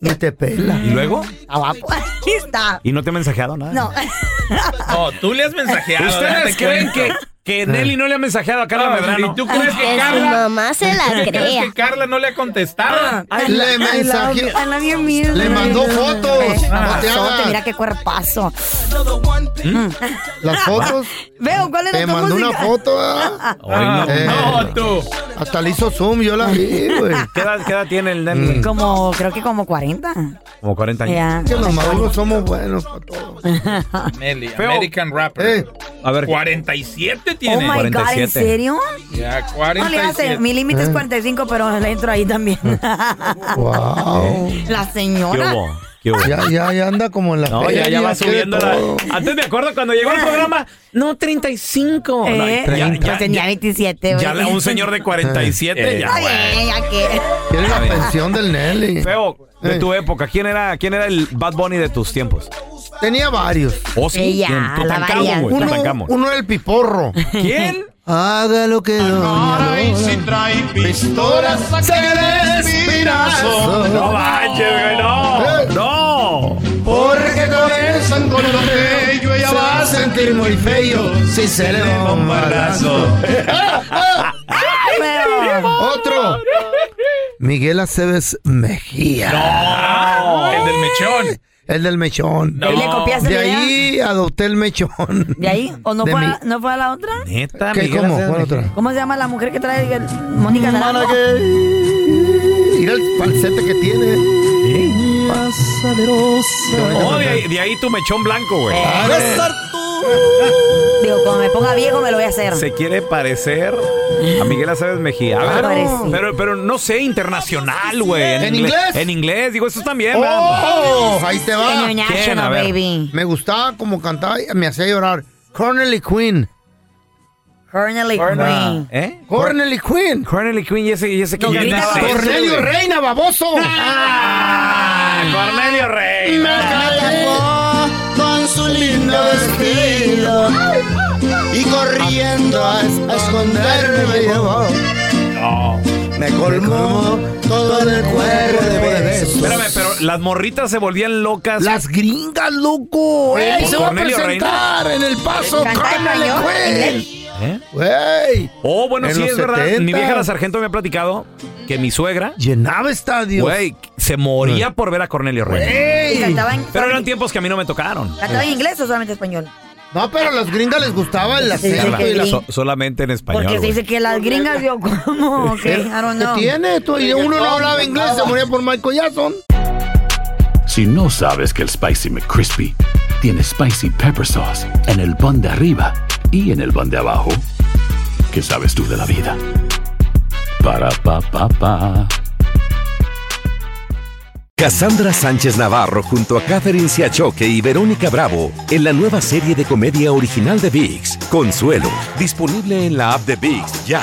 Speaker 4: Ni te pela.
Speaker 1: ¿Y luego?
Speaker 3: Abajo. Ahí está.
Speaker 1: ¿Y no te he mensajeado nada?
Speaker 3: No.
Speaker 6: No, Oh, tú le has mensajeado.
Speaker 1: ¿Ustedes creen que,
Speaker 4: Ah.
Speaker 1: que Nelly no le ha mensajeado a Carla Medrano?
Speaker 6: ¿Y tú crees que Carla?
Speaker 9: mamá se la
Speaker 6: ¿Crees que Carla no le ha
Speaker 3: Ah,
Speaker 6: contestado?
Speaker 4: Le mensaje.
Speaker 3: A la bien mía.
Speaker 4: Le mandó fotos. No te
Speaker 3: Azote,
Speaker 4: hagas.
Speaker 3: mira qué cuerpazo.
Speaker 4: Las fotos.
Speaker 3: Veo, ¿cuál es
Speaker 4: Te
Speaker 3: tu
Speaker 4: mandó
Speaker 3: música?
Speaker 4: una foto. ¿verdad?
Speaker 6: Ah,
Speaker 4: Eh.
Speaker 6: No, tú.
Speaker 4: Hasta le hizo zoom, yo la vi, güey.
Speaker 1: ¿Qué edad, qué edad tiene el Nelly?
Speaker 3: Como, creo que como 40.
Speaker 1: Como 40 años.
Speaker 3: Ya.
Speaker 4: Mm. Que los maduros somos buenos para todo.
Speaker 6: Nelly,
Speaker 1: Feo.
Speaker 6: American Rapper.
Speaker 4: Eh,
Speaker 1: A ver,
Speaker 6: 47
Speaker 3: Oh
Speaker 6: tiene.
Speaker 3: my God, ¿en
Speaker 1: 47.
Speaker 3: serio?
Speaker 6: Ya,
Speaker 3: No le hace,
Speaker 6: 47.
Speaker 3: mi límite
Speaker 4: Eh.
Speaker 3: es 45, pero le entro ahí también.
Speaker 4: Mm. wow.
Speaker 3: la
Speaker 1: ¿qué
Speaker 3: señora.
Speaker 1: hubo? ¿Qué hubo?
Speaker 4: Ya, ya, ya anda como en la
Speaker 1: No, ya, ya
Speaker 4: feria,
Speaker 1: va
Speaker 4: quiere
Speaker 1: subiendo la...
Speaker 4: todo.
Speaker 1: Antes me acuerdo cuando llegó el programa. No, 35. No,
Speaker 3: Eh,
Speaker 1: ya,
Speaker 3: yo
Speaker 1: ya,
Speaker 3: tenía
Speaker 1: ya-
Speaker 3: 27.
Speaker 1: ya la- un señor de
Speaker 6: Eh,
Speaker 1: 47. ya,
Speaker 3: Está
Speaker 1: güey.
Speaker 3: bien, ya que.
Speaker 4: Quiere la pensión del Nelly.
Speaker 1: Feo, de
Speaker 4: Eh.
Speaker 1: tu época, ¿quién era, ¿quién era el Bad Bunny de tus tiempos?
Speaker 4: Tenía varios.
Speaker 1: ¿O Oh, sí?
Speaker 3: Ella,
Speaker 1: ¿Quién?
Speaker 3: la
Speaker 1: Tutankamón,
Speaker 3: variante.
Speaker 1: güey,
Speaker 4: Uno,
Speaker 1: Tutankamón.
Speaker 4: uno era el piporro.
Speaker 1: ¿Quién?
Speaker 4: Haga lo que doña Lola. pistola,
Speaker 1: No manches, güey, no.
Speaker 4: Eh.
Speaker 1: No.
Speaker 4: Porque comienzan con lo bello, ella va a sentir muy feo si se le da un balazo.
Speaker 3: Pero,
Speaker 4: Otro. Miguel Aceves Mejía.
Speaker 1: Ah,
Speaker 6: El del mechón.
Speaker 4: El del mechón.
Speaker 3: ¿de ahí le copias el
Speaker 4: De
Speaker 3: video?
Speaker 4: ahí adopté el mechón.
Speaker 3: ¿De ahí? ¿O no
Speaker 4: De
Speaker 3: fue,
Speaker 4: mi-
Speaker 3: a, no fue a la otra?
Speaker 1: Neta,
Speaker 4: ¿Qué,
Speaker 1: Miguel
Speaker 4: cómo?
Speaker 1: Aceves
Speaker 4: ¿Cuál
Speaker 1: Mejía.
Speaker 4: otra?
Speaker 3: ¿Cómo se llama la mujer que trae el- Mónica
Speaker 4: Para
Speaker 3: Naranjo?
Speaker 4: que- Mira el falsete que tiene.
Speaker 1: Oh, de ahí, de ahí tu mechón blanco, güey.
Speaker 3: Digo, cuando me ponga viejo me lo voy a hacer.
Speaker 1: Se quiere parecer a Miguel Aceves Mejía. A ver,
Speaker 3: Parecido.
Speaker 1: pero, pero no sé, internacional, güey.
Speaker 4: ¿En inglés?
Speaker 1: En inglés, digo, estos también, ¿verdad?
Speaker 4: ¡Oh! Ahí te va.
Speaker 1: ¿Quién? A
Speaker 3: International,
Speaker 1: ver.
Speaker 3: baby.
Speaker 4: Me gustaba como cantaba, y me hacía llorar. Cornelly Queen.
Speaker 3: Cornelly
Speaker 1: Corna-
Speaker 3: Queen.
Speaker 1: ¿Eh?
Speaker 4: Cornelly Queen.
Speaker 1: Cornelly Queen y ese, y ese que
Speaker 3: No, grita
Speaker 1: cantaba.
Speaker 3: como-
Speaker 4: Cornelio Reina, baboso.
Speaker 1: Ah, Cornelio Rey.
Speaker 4: con su lindo vestido y corriendo a, esconderme me Me colmó todo el cuerpo de besos.
Speaker 1: Espérame, pero las morritas se volvían locas.
Speaker 4: Las gringas, loco.
Speaker 1: Oye,
Speaker 4: Él
Speaker 1: pues,
Speaker 4: se va a
Speaker 1: Cornelio
Speaker 4: presentar en el paso.
Speaker 3: Canta en
Speaker 4: Cornelio
Speaker 3: español,
Speaker 4: Queen.
Speaker 3: inglés.
Speaker 4: Güey.
Speaker 1: ¿Eh? Oh, bueno,
Speaker 4: En
Speaker 1: sí,
Speaker 4: los
Speaker 1: es verdad.
Speaker 4: 70.
Speaker 1: Mi vieja la sargento me ha platicado que mi suegra.
Speaker 4: Llenaba estadios.
Speaker 1: Güey, se moría por ver a Cornelio Rey.
Speaker 3: Y cantaba en,
Speaker 1: Pero eran tiempos que a mí no me tocaron.
Speaker 3: cantaba en inglés o solamente español.
Speaker 4: No, pero a las gringas les gustaba el
Speaker 1: Sí,
Speaker 4: acento
Speaker 1: habla-
Speaker 4: y la...
Speaker 1: so- solamente en español.
Speaker 3: Porque se
Speaker 1: güey.
Speaker 3: dice que las gringas, yo, ¿cómo? Ok, I don't
Speaker 4: ¿Qué
Speaker 3: know.
Speaker 4: tiene? Tú, y uno no hablaba inglés, se moría por Michael Jackson.
Speaker 7: Si no sabes que el Spicy McCrispy tiene spicy pepper sauce en el pan de arriba y en el pan de abajo, ¿qué sabes tú de la vida? Para pa pa pa.
Speaker 10: Cassandra Sánchez Navarro junto a Catherine Siachoque y Verónica Bravo en la nueva serie de comedia original de VIX, Consuelo, disponible en la app de VIX ya.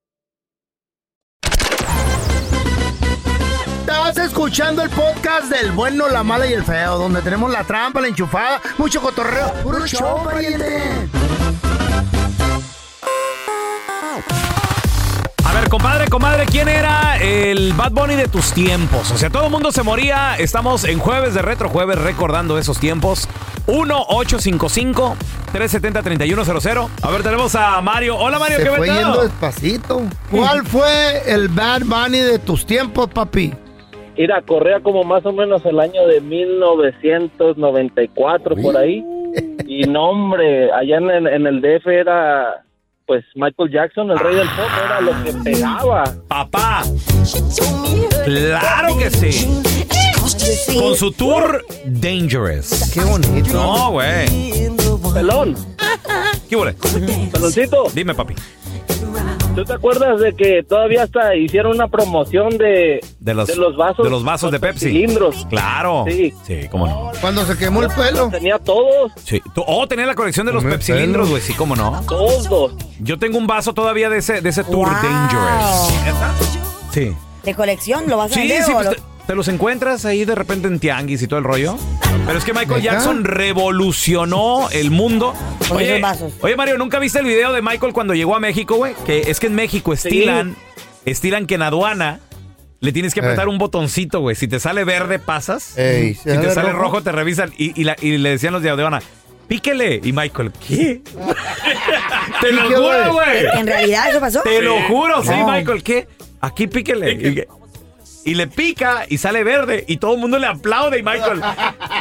Speaker 4: Estás escuchando el podcast del bueno, la mala y el feo, donde tenemos la trampa, la enchufada, mucho cotorreo. ¡Puro show, pariente!
Speaker 1: A ver, compadre, comadre, ¿quién era el Bad Bunny de tus tiempos? O sea, todo el mundo se moría. Estamos en jueves de Retro Jueves recordando esos tiempos. 1-855-370-3100. A ver, tenemos a Mario. Hola, Mario,
Speaker 4: Se
Speaker 1: ¿qué
Speaker 4: fue
Speaker 1: vetado?
Speaker 4: yendo despacito. ¿Cuál fue el Bad Bunny de tus tiempos, papi?
Speaker 5: Mira, corría como más o menos el año de 1994 por ahí. Y no, hombre, allá en, el- en el DF era, pues, Michael Jackson, el rey del pop, era lo que pegaba.
Speaker 1: Papá. Claro que sí. Con su tour Dangerous.
Speaker 4: Qué bonito.
Speaker 1: No, güey.
Speaker 5: Pelón,
Speaker 1: ¿Qué huele?
Speaker 5: peloncito.
Speaker 1: Dime, papi.
Speaker 5: ¿tú te acuerdas de que todavía hasta hicieron una promoción de,
Speaker 1: De los,
Speaker 5: vasos?
Speaker 1: de los vasos de Pepsi.
Speaker 5: cilindros.
Speaker 1: Claro.
Speaker 5: Sí.
Speaker 1: Sí, cómo no.
Speaker 4: Cuando se quemó el pelo.
Speaker 5: Tenía todos,
Speaker 1: Sí. Tú- oh, tenía la colección de los Pepsi cilindros, güey. Sí, cómo no.
Speaker 5: todos.
Speaker 1: Yo tengo un vaso todavía de ese, de ese tour Dangerous. Sí.
Speaker 3: ¿De colección lo vas a
Speaker 1: Sí,
Speaker 3: vender
Speaker 1: sí,
Speaker 3: o
Speaker 1: pues
Speaker 3: lo-
Speaker 1: te, te los encuentras ahí de repente en tianguis y todo el rollo. Pero es que Michael
Speaker 3: ¿Neta?
Speaker 1: Jackson revolucionó el mundo.
Speaker 3: Con esos
Speaker 1: Oye,
Speaker 3: vasos.
Speaker 1: oye, Mario, ¿nunca viste el video de Michael cuando llegó a México, güey? Que es que en México estilan, estilan que en aduana le tienes que apretar un botoncito, güey. Si te sale verde, pasas.
Speaker 4: Ey,
Speaker 1: si
Speaker 4: ¿se
Speaker 1: te
Speaker 4: sale
Speaker 1: sale rojo,
Speaker 4: rojo?
Speaker 1: te revisan. Y, y la- y le decían los de aduana, píquele. Y Michael, ¿qué? te lo
Speaker 3: ¿Qué,
Speaker 1: juro,
Speaker 3: güey?
Speaker 1: güey.
Speaker 3: ¿En realidad eso pasó?
Speaker 1: Te lo juro, sí,
Speaker 3: No.
Speaker 1: Michael, ¿qué? Aquí píquele. Y, y le pica y sale verde y todo el mundo le aplaude y Michael,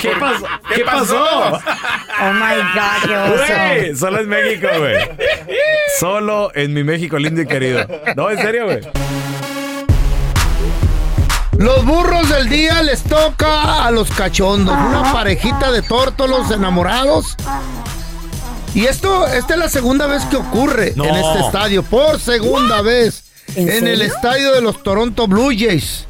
Speaker 1: ¿qué pasó? ¿Qué, pasó?
Speaker 3: Oh my God, qué
Speaker 1: Pues,
Speaker 3: oso.
Speaker 1: Güey, solo en México, güey. Solo en mi México lindo y querido. No, en serio, güey.
Speaker 4: Los burros del día les toca a los cachondos, una parejita de tórtolos enamorados. Y esto, esta es la segunda vez que ocurre
Speaker 1: No.
Speaker 4: en este estadio, por segunda vez, en,
Speaker 1: ¿En
Speaker 4: el
Speaker 1: serio?
Speaker 4: estadio de los Toronto Blue Jays.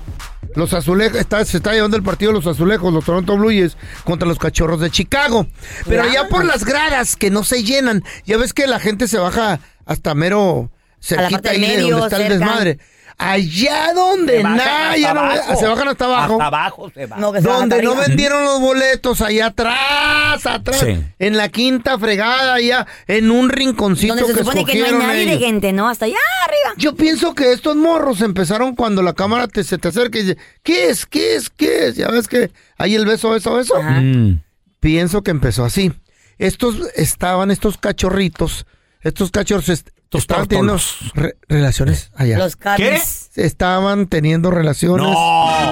Speaker 4: Los azulejos, está- se está llevando el partido de los azulejos, los Toronto Blue Jays, contra los cachorros de Chicago. Pero
Speaker 3: Wow.
Speaker 4: ya por las gradas que no se llenan, ya ves que la gente se baja hasta mero
Speaker 3: A la parte
Speaker 4: cerquita
Speaker 3: del
Speaker 4: ahí de
Speaker 3: medio,
Speaker 4: donde está el
Speaker 3: cerca.
Speaker 4: desmadre. Allá donde
Speaker 3: Se bajan
Speaker 4: nada,
Speaker 3: hasta
Speaker 4: ya no-
Speaker 3: abajo.
Speaker 4: se bajan hasta abajo.
Speaker 1: Hasta abajo se va.
Speaker 3: No, que se van
Speaker 4: donde
Speaker 3: hasta
Speaker 4: no
Speaker 3: arriba.
Speaker 4: vendieron los boletos, allá atrás, atrás,
Speaker 1: Sí.
Speaker 4: en la quinta fregada, allá en un rinconcito
Speaker 3: Donde
Speaker 4: que
Speaker 3: se supone que no hay
Speaker 4: escogieron
Speaker 3: nadie de
Speaker 4: ellos.
Speaker 3: gente, ¿no? Hasta allá arriba.
Speaker 4: Yo pienso que estos morros empezaron cuando la cámara te, se te acerca y dice, ¿qué es? ¿Qué es? ¿Qué es? Ya ves que hay el beso, beso, beso. Pienso que empezó así. Estos estaban, estos cachorritos, estos cachorros est- estaban teniendo re- relaciones allá.
Speaker 3: Eh, Los carnes
Speaker 4: Estaban teniendo relaciones.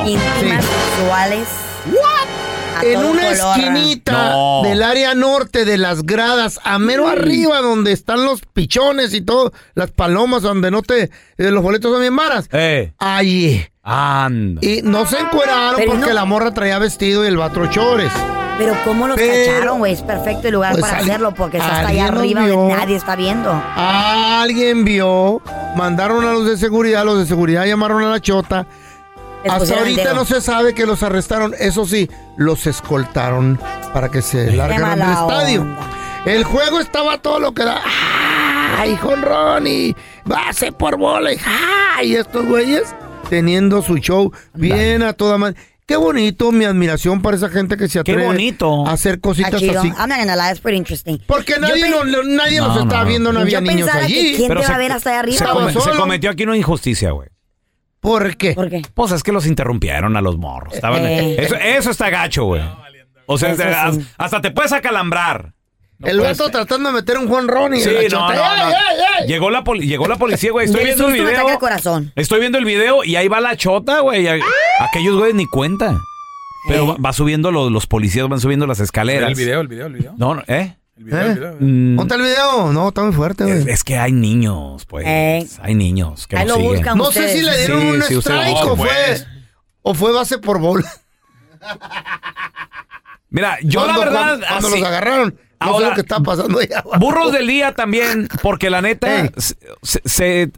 Speaker 3: íntimas, sexuales. A
Speaker 4: en
Speaker 3: todo
Speaker 4: una
Speaker 3: color.
Speaker 4: esquinita
Speaker 1: No.
Speaker 4: del área norte de las gradas, a mero arriba donde están los pichones y todo, las palomas donde no te eh, los boletos son bien maras.
Speaker 1: Eh,
Speaker 4: Allí.
Speaker 1: anda.
Speaker 4: Y no se encueraron
Speaker 3: Pero
Speaker 4: porque
Speaker 3: no.
Speaker 4: la morra traía vestido y el vato chores.
Speaker 3: Pero ¿cómo los
Speaker 4: Pero-
Speaker 3: cacharon, güey? Es perfecto el lugar
Speaker 4: Pues
Speaker 3: para
Speaker 4: alguien-
Speaker 3: hacerlo porque está hasta
Speaker 4: alguien
Speaker 3: allá
Speaker 4: los
Speaker 3: arriba
Speaker 4: vio. Ah,
Speaker 3: donde nadie está viendo.
Speaker 4: Alguien vio, mandaron a los de seguridad, los de seguridad llamaron a la chota.
Speaker 3: Les
Speaker 4: Hasta
Speaker 3: pusieron el
Speaker 4: ahorita
Speaker 3: dedo.
Speaker 4: no se sabe que los arrestaron. Eso sí, los escoltaron para que se largaran del
Speaker 3: mala
Speaker 4: estadio.
Speaker 3: onda.
Speaker 4: El juego estaba todo lo que da. ¡ay, jonrón! Y base por bola, y ¡ay! Estos güeyes teniendo su show bien a toda madre. Qué bonito, mi admiración para esa gente que se atreve
Speaker 1: bonito.
Speaker 4: a hacer cositas
Speaker 3: Está chido.
Speaker 4: así.
Speaker 3: I'm not gonna lie, it's pretty interesting.
Speaker 4: Porque nadie lo- lo- nadie los No, estaba no. viendo, no había
Speaker 3: Yo
Speaker 4: niños
Speaker 3: pensaba
Speaker 4: allí.
Speaker 3: Que ¿Quién
Speaker 1: Pero
Speaker 3: te va
Speaker 1: se-
Speaker 3: a ver hasta allá arriba?
Speaker 1: Se, come- se cometió aquí una injusticia, güey.
Speaker 4: ¿Por qué?
Speaker 3: ¿Por qué?
Speaker 1: Pues es que los interrumpieron a los morros. Estaban-
Speaker 3: Eh.
Speaker 1: eso, eso está gacho, güey. O sea,
Speaker 4: Eso
Speaker 1: te- has-
Speaker 4: sí.
Speaker 1: hasta te puedes acalambrar.
Speaker 4: el
Speaker 3: Pues,
Speaker 4: vato tratando de meter un jonrón y
Speaker 1: Sí,
Speaker 4: la
Speaker 1: no,
Speaker 4: chota,
Speaker 1: no, no.
Speaker 4: ¡ay, ay, ay!
Speaker 1: Llegó la, poli- llegó la policía, güey. Estoy
Speaker 3: Del
Speaker 1: viendo el
Speaker 3: susto me
Speaker 1: video.
Speaker 3: ataca el corazón.
Speaker 1: Estoy viendo el video y ahí va la chota, güey. A- Aquellos güeyes ni cuenta. Pero va, va subiendo los, los policías, van subiendo las escaleras.
Speaker 6: El video, el video, el video.
Speaker 1: No, no, ¿eh?
Speaker 4: ¿Eh? ¿Ponte el video? No, está muy fuerte, güey.
Speaker 1: Es que hay niños, pues.
Speaker 3: Eh,
Speaker 1: Hay niños Pues que
Speaker 4: Ahí
Speaker 1: lo
Speaker 4: lo
Speaker 1: siguen.
Speaker 4: buscan No sé ustedes. si le dieron un
Speaker 1: ustedes
Speaker 4: strike
Speaker 1: buscan.
Speaker 4: o
Speaker 6: Pues,
Speaker 3: Pues.
Speaker 4: fue- ¿O fue base por bola?
Speaker 1: Mira, yo
Speaker 4: Cuando-
Speaker 1: la verdad.
Speaker 4: cuando- cuando
Speaker 1: así-
Speaker 4: los agarraron, no sé lo que está pasando ahí abajo. Eh.
Speaker 1: Burros del día también, porque la neta. se- se- se-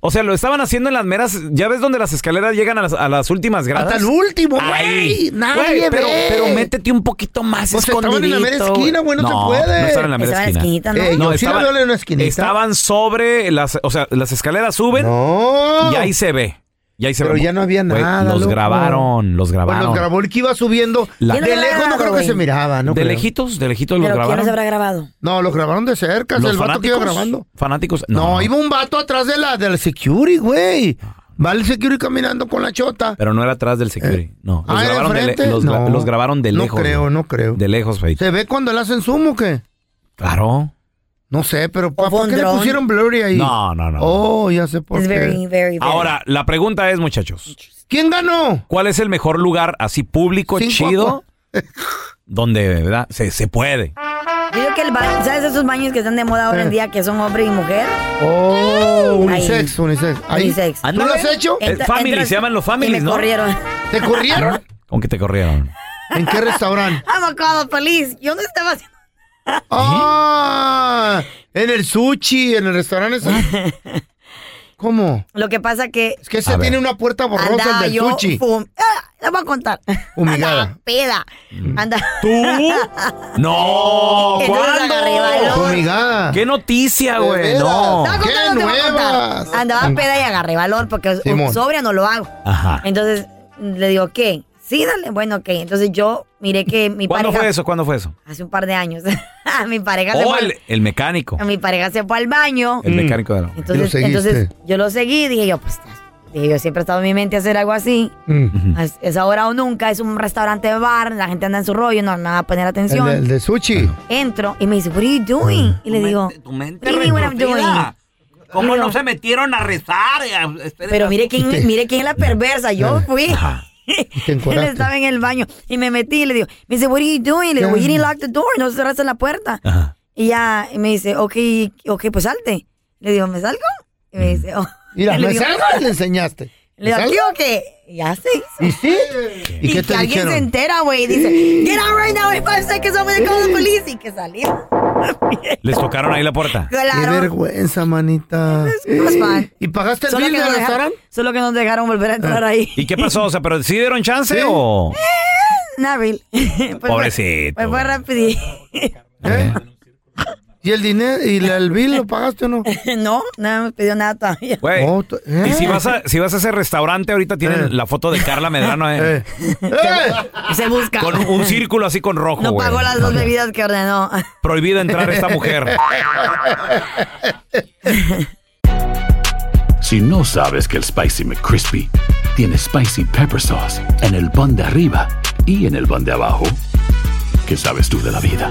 Speaker 1: o sea, lo estaban haciendo en las meras. Ya ves donde las escaleras llegan a las, a las últimas gradas.
Speaker 4: Hasta el último,
Speaker 1: Ahí.
Speaker 4: güey. Nadie
Speaker 1: Güey, pero,
Speaker 4: ve.
Speaker 1: pero métete un poquito más
Speaker 4: Pues estaban en la mera
Speaker 1: escondidito,
Speaker 4: esquina, güey, no, se puede.
Speaker 1: No estaban en la mera esquina.
Speaker 4: Eh, yo sí la
Speaker 1: estaban-
Speaker 4: veo en una esquinita.
Speaker 1: Estaban sobre las, o sea, las escaleras suben y ahí se ve. Y ahí se
Speaker 4: Pero
Speaker 1: ve.
Speaker 4: ya no había
Speaker 1: Güey,
Speaker 4: nada,
Speaker 1: Los
Speaker 4: loco.
Speaker 1: grabaron, los
Speaker 4: Bueno,
Speaker 1: grabaron.
Speaker 4: los grabó el que iba subiendo.
Speaker 1: La-
Speaker 4: De lejos no creo que se miraba, ¿no?
Speaker 1: de
Speaker 4: creo.
Speaker 1: lejitos, de lejitos los
Speaker 3: ¿Quién
Speaker 1: grabaron.
Speaker 3: los habrá grabado?
Speaker 4: No, los grabaron de cerca,
Speaker 1: Los
Speaker 4: el vato que iba
Speaker 1: fanáticos-
Speaker 4: grabando.
Speaker 1: Fanáticos.
Speaker 4: No,
Speaker 1: No,
Speaker 4: iba un vato atrás de la, del security, güey. Va el security caminando con la chota.
Speaker 1: pero no era atrás del security. No, los
Speaker 4: Ah, ¿era
Speaker 1: grabaron de, le-
Speaker 4: enfrente?
Speaker 1: los gra-
Speaker 4: No.
Speaker 1: los grabaron de
Speaker 4: No
Speaker 1: lejos.
Speaker 4: creo,
Speaker 1: no creo. De lejos, güey.
Speaker 4: ¿Se ve cuando le hacen zoom o qué?
Speaker 1: Claro.
Speaker 4: No sé, pero ¿pa-
Speaker 3: fue
Speaker 4: ¿por
Speaker 3: un
Speaker 4: qué le
Speaker 3: dron?
Speaker 4: pusieron blurry ahí?
Speaker 1: No, no, no.
Speaker 4: Oh, ya sé por
Speaker 3: It's
Speaker 4: qué.
Speaker 3: very, very, very.
Speaker 1: Ahora, la pregunta es, muchachos.
Speaker 4: ¿Quién ganó?
Speaker 1: ¿Cuál es el mejor lugar así público,
Speaker 3: Cinco
Speaker 1: chido? donde, ¿verdad? Se, se puede.
Speaker 3: Yo digo que el baño, ¿sabes esos baños que están de moda ahora en día que son hombre y mujer?
Speaker 4: Oh, unisex, unisex. Ahí.
Speaker 3: Unisex.
Speaker 4: ¿Tú lo has hecho?
Speaker 1: El family, se llaman los
Speaker 3: y
Speaker 1: families,
Speaker 3: me
Speaker 1: ¿no?
Speaker 3: corrieron.
Speaker 4: ¿Te corrieron?
Speaker 1: ¿Con que te corrieron?
Speaker 4: ¿En qué restaurante?
Speaker 3: I'm a call the police. Yo no estaba haciendo... ¿Eh?
Speaker 4: Ah, en el sushi, en el restaurante. ese. ¿Cómo?
Speaker 3: Lo que pasa que...
Speaker 4: Es que ese tiene una puerta borrosa el del
Speaker 3: yo
Speaker 4: sushi.
Speaker 3: fum- Ah, La voy a contar.
Speaker 4: Humigada.
Speaker 3: Peda.
Speaker 4: Mm.
Speaker 3: Anda.
Speaker 1: ¿Tú? ¡No!
Speaker 3: Entonces agarré
Speaker 1: ¿Cuándo?
Speaker 3: valor.
Speaker 1: ¡Qué noticia, güey! ¡No!
Speaker 3: Te voy a contar lo que voy a contar. Andaba peda y agarré valor porque
Speaker 1: Simón.
Speaker 3: sobria no lo hago.
Speaker 1: Ajá.
Speaker 3: Entonces le digo, ¿qué? Sí, dale. Bueno, ok. Entonces yo miré que mi
Speaker 1: ¿Cuándo
Speaker 3: pareja...
Speaker 1: fue eso? ¿Cuándo fue eso?
Speaker 3: Hace un par de años. mi pareja se
Speaker 1: Oh,
Speaker 3: fue al-
Speaker 1: el, el mecánico.
Speaker 3: mi pareja se fue al baño. Mm.
Speaker 1: El mecánico de la...
Speaker 3: Entonces, entonces yo lo seguí y dije yo, pues, dije yo siempre he estado en mi mente hacer algo así.
Speaker 4: Mm.
Speaker 3: Es, es ahora o nunca, es un restaurante bar, la gente anda en su rollo, no, no va a poner
Speaker 4: El
Speaker 3: atención.
Speaker 4: de, el Ah. de sushi.
Speaker 3: Entro y me dice, what are you doing? Y le digo, "What do you mean what I'm doing?"
Speaker 1: ¿Cómo no se metieron a rezar? Eh,
Speaker 3: Pero mire quién, mire quién es la perversa, yo fui.
Speaker 4: Te
Speaker 3: Él
Speaker 4: encueraste.
Speaker 3: estaba en el baño y me metí y le digo, me dice, what are you doing? Le digo,
Speaker 4: ¿Qué?
Speaker 3: we didn't lock the door, no cerraste la puerta. Y ya y me dice, ok, ok, pues salte. Le digo, ¿me salgo? Y me dice, oh.
Speaker 4: Mira,
Speaker 3: le
Speaker 4: me
Speaker 3: digo,
Speaker 4: salgo y le enseñaste.
Speaker 3: Le digo,
Speaker 4: ¿Me
Speaker 3: ¿aquí
Speaker 4: salgo?
Speaker 3: o qué? Ya se hizo.
Speaker 4: ¿Y sí? ¿Y, qué
Speaker 3: que
Speaker 4: te
Speaker 3: alguien se
Speaker 4: dijeron?
Speaker 3: entera, güey, y dice, get out right now in five seconds, I'm gonna call the police. Y que salió.
Speaker 1: Les tocaron ahí la puerta.
Speaker 4: Qué
Speaker 3: Claro. Pues
Speaker 4: vergüenza, manita.
Speaker 3: was fun.
Speaker 4: ¿Y pagaste el
Speaker 3: Solo
Speaker 4: bill
Speaker 3: que
Speaker 4: del
Speaker 3: nos dejaron-
Speaker 4: restaurante? Ah.
Speaker 3: Solo que nos dejaron volver a entrar ahí.
Speaker 1: ¿Y qué pasó? O sea, ¿pero sí dieron chance o...?
Speaker 3: Nabil. Pues fue-
Speaker 1: Pobrecito.
Speaker 3: Pues fue rapidito.
Speaker 4: ¿Y el dinero y la- el bill lo pagaste o no?
Speaker 3: No, no me pidió nada todavía.
Speaker 1: Güey, y si vas, a, si vas a ese restaurante, ahorita tienen la foto de Carla Medrano eh,
Speaker 3: Se busca.
Speaker 1: con un círculo así con rojo,
Speaker 3: No
Speaker 1: güey.
Speaker 3: pagó las dos bebidas que ordenó.
Speaker 1: Prohibida entrar esta mujer.
Speaker 7: Si no sabes que el Spicy McCrispy tiene Spicy Pepper Sauce en el pan de arriba y en el pan de abajo, ¿qué sabes tú de la vida?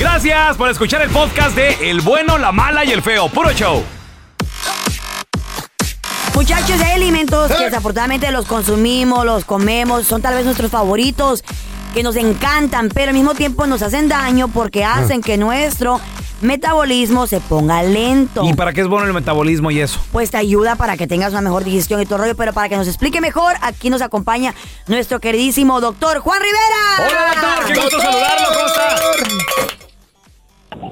Speaker 1: Gracias por escuchar el podcast de El bueno, la mala y el feo. Puro show.
Speaker 3: Muchachos, hay alimentos
Speaker 4: Eh.
Speaker 3: que desafortunadamente los consumimos, los comemos, son tal vez nuestros favoritos, que nos encantan, pero al mismo tiempo nos hacen daño porque
Speaker 4: Ah.
Speaker 3: hacen que nuestro metabolismo se ponga lento.
Speaker 1: ¿Y para qué es bueno el metabolismo y eso?
Speaker 3: Pues te ayuda para que tengas una mejor digestión y todo el rollo, pero para que nos explique mejor, aquí nos acompaña nuestro queridísimo doctor Juan Rivera. Hola, doctor,
Speaker 1: qué gusto saludarlo, ¿cómo está?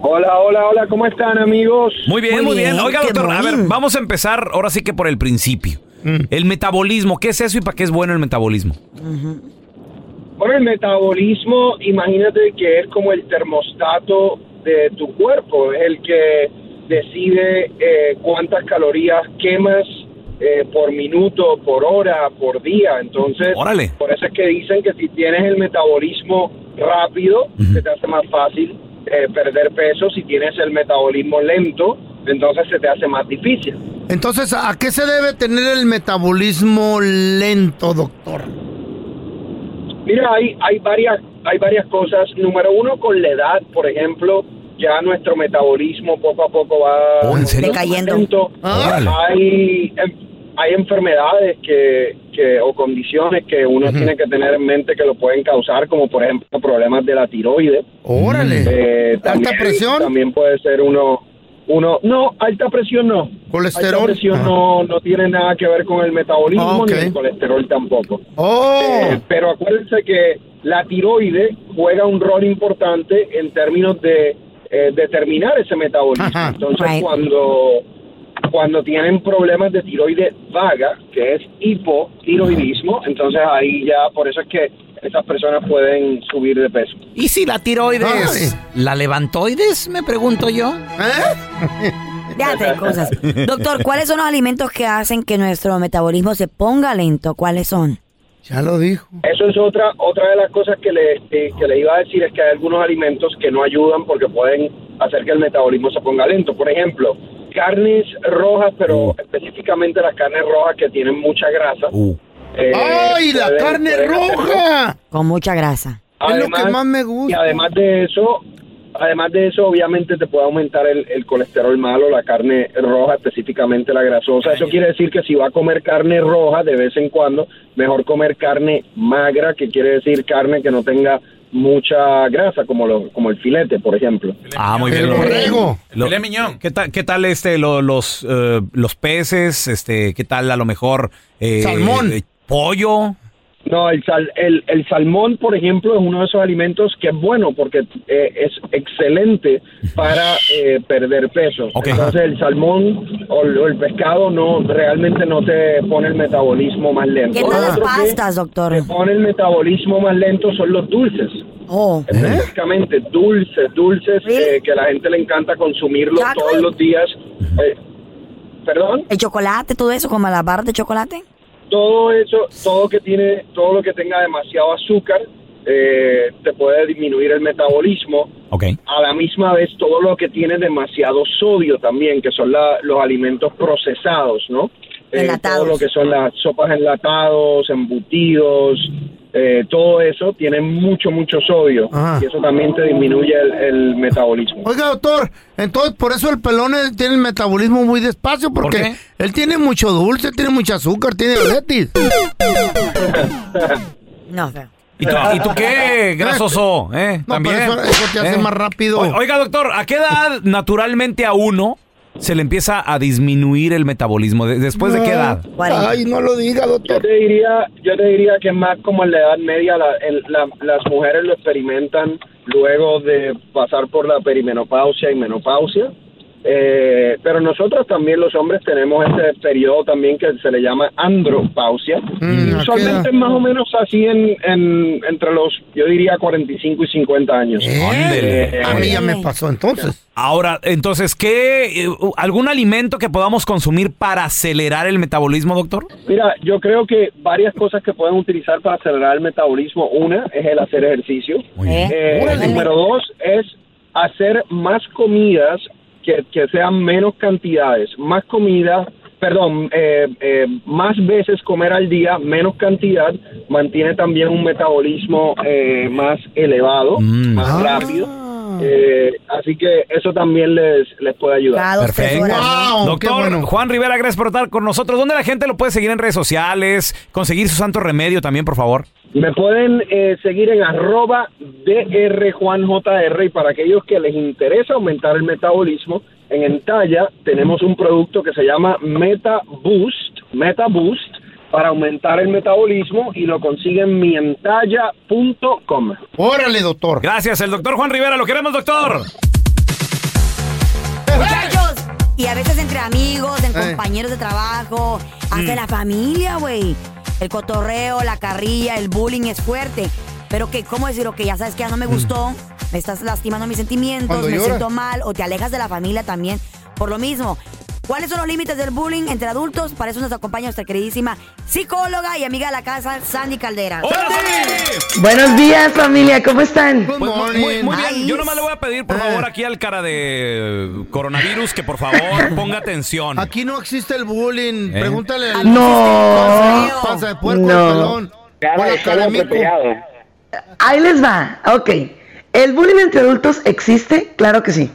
Speaker 9: Hola, hola, hola, ¿cómo están amigos?
Speaker 1: Muy bien, muy, bien. Oiga,
Speaker 9: qué
Speaker 1: doctor, a ver, vamos a empezar ahora sí que por el principio. El metabolismo, ¿qué es eso y para qué es bueno el metabolismo?
Speaker 9: Bueno, el metabolismo, imagínate que es como el termostato de tu cuerpo, es el que decide eh, cuántas calorías quemas eh, por minuto, por hora, por día. Entonces,
Speaker 1: Órale.
Speaker 9: por eso es que dicen que si tienes el metabolismo rápido, se te hace más fácil eh, perder peso. Si tienes el metabolismo lento, entonces se te hace más difícil.
Speaker 4: Entonces, ¿a qué se debe tener el metabolismo lento, doctor?
Speaker 9: Mira, hay, hay, varias, hay varias cosas. Número uno, con la edad, por ejemplo, ya nuestro metabolismo poco a poco va
Speaker 1: Oh, ¿en serio?
Speaker 3: Decayendo.
Speaker 9: lento.
Speaker 1: Órale.
Speaker 9: Hay, em- hay enfermedades que, que, o condiciones que uno tiene que tener en mente que lo pueden causar, como por ejemplo problemas de la tiroides.
Speaker 4: Órale.
Speaker 9: Eh, también-
Speaker 4: presión?
Speaker 9: También puede ser uno, uno, no, alta presión no.
Speaker 4: Colesterol.
Speaker 9: Alta presión
Speaker 4: Ah.
Speaker 9: no, no tiene nada que ver con el metabolismo
Speaker 4: Ah, ok.
Speaker 9: ni el colesterol tampoco.
Speaker 4: Oh.
Speaker 9: Eh, pero acuérdense que la tiroide juega un rol importante en términos de eh, determinar ese metabolismo.
Speaker 11: Ajá.
Speaker 9: Entonces,
Speaker 11: Right.
Speaker 9: cuando cuando tienen problemas de tiroides vaga, que es hipotiroidismo, entonces ahí ya, por eso es que esas personas pueden subir de peso.
Speaker 12: ¿Y si la tiroides? ¿La levantoides? Me pregunto yo.
Speaker 9: ¿Eh?
Speaker 3: Déjate de cosas. Doctor, ¿cuáles son los alimentos que hacen que nuestro metabolismo se ponga lento? ¿Cuáles son?
Speaker 4: Ya lo dijo.
Speaker 9: Eso es otra otra de las cosas que le, eh, que le iba a decir, es que hay algunos alimentos que no ayudan porque pueden hacer que el metabolismo se ponga lento. Por ejemplo, carnes rojas,
Speaker 4: Mm.
Speaker 9: pero específicamente las carnes rojas que tienen mucha grasa. eh,
Speaker 4: Uh. ¡Ay, la
Speaker 9: pueden-
Speaker 4: carne
Speaker 9: pueden hacer-
Speaker 4: roja!
Speaker 3: Con mucha grasa.
Speaker 9: Además- Y además de eso, además de eso, obviamente te puede aumentar el, el colesterol malo, la carne roja, específicamente la grasosa. Eso quiere decir que si va a comer carne roja de vez en cuando, mejor comer carne magra, que quiere decir carne que no tenga mucha grasa, como, lo, como el filete, por ejemplo.
Speaker 1: Ah, muy bien.
Speaker 9: El
Speaker 1: lo-
Speaker 9: borrego.
Speaker 1: lo- ¿Qué tal, qué tal este, lo- los, eh, los peces? Este, ¿Qué tal a lo mejor? eh,
Speaker 9: Salmón.
Speaker 1: eh, pollo.
Speaker 9: No, el, sal- el, el salmón, por ejemplo, es uno de esos alimentos que es bueno porque eh, es excelente para eh, perder peso. Entonces el salmón o el, o el pescado no realmente no te pone el metabolismo más lento.
Speaker 3: ¿Qué tal las
Speaker 9: Otro que
Speaker 3: pastas, doctor?
Speaker 9: te pone el metabolismo más lento son los dulces.
Speaker 3: Oh.
Speaker 5: ¿Eh?
Speaker 9: Específicamente dulces, dulces eh, que a la gente le encanta consumirlos todos los días. Eh, ¿Perdón?
Speaker 3: ¿El chocolate, todo eso, como la barra de chocolate?
Speaker 9: todo eso, todo que tiene, todo lo que tenga demasiado azúcar, eh, te puede disminuir el metabolismo. A la misma vez, todo lo que tiene demasiado sodio también, que son la- los alimentos procesados, ¿no? Eh, todo lo que son las sopas enlatados, embutidos, eh, todo eso tiene mucho, mucho sodio.
Speaker 4: Ajá.
Speaker 9: Y eso también te disminuye el, el metabolismo.
Speaker 4: Oiga, doctor, entonces por eso el pelón eh, tiene el metabolismo muy despacio, porque él tiene mucho dulce, tiene mucho azúcar, tiene diabetes.
Speaker 3: No, feo.
Speaker 1: ¿Y tú, y tú qué, grasoso? ¿eh?
Speaker 4: No,
Speaker 1: También.
Speaker 4: pero eso- eso te hace más rápido.
Speaker 1: O- Oiga, doctor, ¿a qué edad naturalmente a uno se le empieza a disminuir el metabolismo? ¿De- ¿Después Pues, de qué edad?
Speaker 4: Ay, no lo diga, doctor.
Speaker 9: Yo te diría, yo te diría que es más como en la edad media la- el- la- las mujeres lo experimentan luego de pasar por la perimenopausia y menopausia. Eh, pero nosotros también los hombres tenemos ese periodo también que se le llama andropausia.
Speaker 4: Ah,
Speaker 1: mm,
Speaker 9: Y usualmente es más o menos así en, en- entre los, yo diría 45 y 50 años.
Speaker 1: Ándele.
Speaker 9: Eh,
Speaker 4: A mí ya me pasó entonces.
Speaker 1: Ahora, entonces, ¿qué, eh, ¿algún alimento que podamos consumir para acelerar el metabolismo, doctor?
Speaker 9: Mira, yo creo que varias cosas que pueden utilizar para acelerar el metabolismo. Una es el hacer ejercicio.
Speaker 1: bien.
Speaker 9: Eh, número dos es hacer más comidas que, que sean menos cantidades. Más comida, perdón, eh, eh, más veces comer al día, menos cantidad,
Speaker 1: Mm. Ah.
Speaker 9: mantiene también un metabolismo eh, más elevado, más rápido. Eh, así que eso también les, les puede ayudar.
Speaker 1: Wow, Doctor Juan Rivera, gracias por estar con nosotros. ¿Dónde la gente lo puede seguir en redes sociales? Conseguir su santo remedio también, por favor.
Speaker 9: Me pueden eh, seguir en arroba drjuanjr y para aquellos que les interesa aumentar el metabolismo, en Entalla tenemos un producto que se llama Meta Boost, Meta Boost, para aumentar el metabolismo y lo consiguen mientalla.com.
Speaker 1: Órale, doctor. Gracias, el doctor Juan Rivera. Lo queremos, doctor.
Speaker 3: Muchachos, y a veces entre amigos, entre
Speaker 1: Eh.
Speaker 3: compañeros de trabajo, hasta
Speaker 1: Mm.
Speaker 3: la familia, güey. El cotorreo, la carrilla, el bullying es fuerte. Pero que, ¿cómo decir? Ok, ya sabes que ya no me gustó, me estás lastimando mis sentimientos,
Speaker 11: Cuando
Speaker 3: me
Speaker 11: llora.
Speaker 3: siento mal, o te alejas de la familia también por lo mismo. ¿Cuáles son los límites del bullying entre adultos? Para eso nos acompaña nuestra queridísima psicóloga y amiga de la casa, Sandy Caldera.
Speaker 13: Buenos días familia, ¿cómo están?
Speaker 1: Pues, muy, muy- muy bien. Yo nomás le voy a pedir,
Speaker 4: Eh.
Speaker 1: por favor, aquí al cara de coronavirus que por favor ponga atención.
Speaker 4: Aquí no existe el bullying.
Speaker 1: Eh.
Speaker 4: Pregúntale al
Speaker 13: No,
Speaker 4: pasa de puerco,
Speaker 13: no.
Speaker 4: el pelón. o la cara de mico.
Speaker 13: Ahí les va, ok. ¿El bullying entre adultos existe? Claro que sí.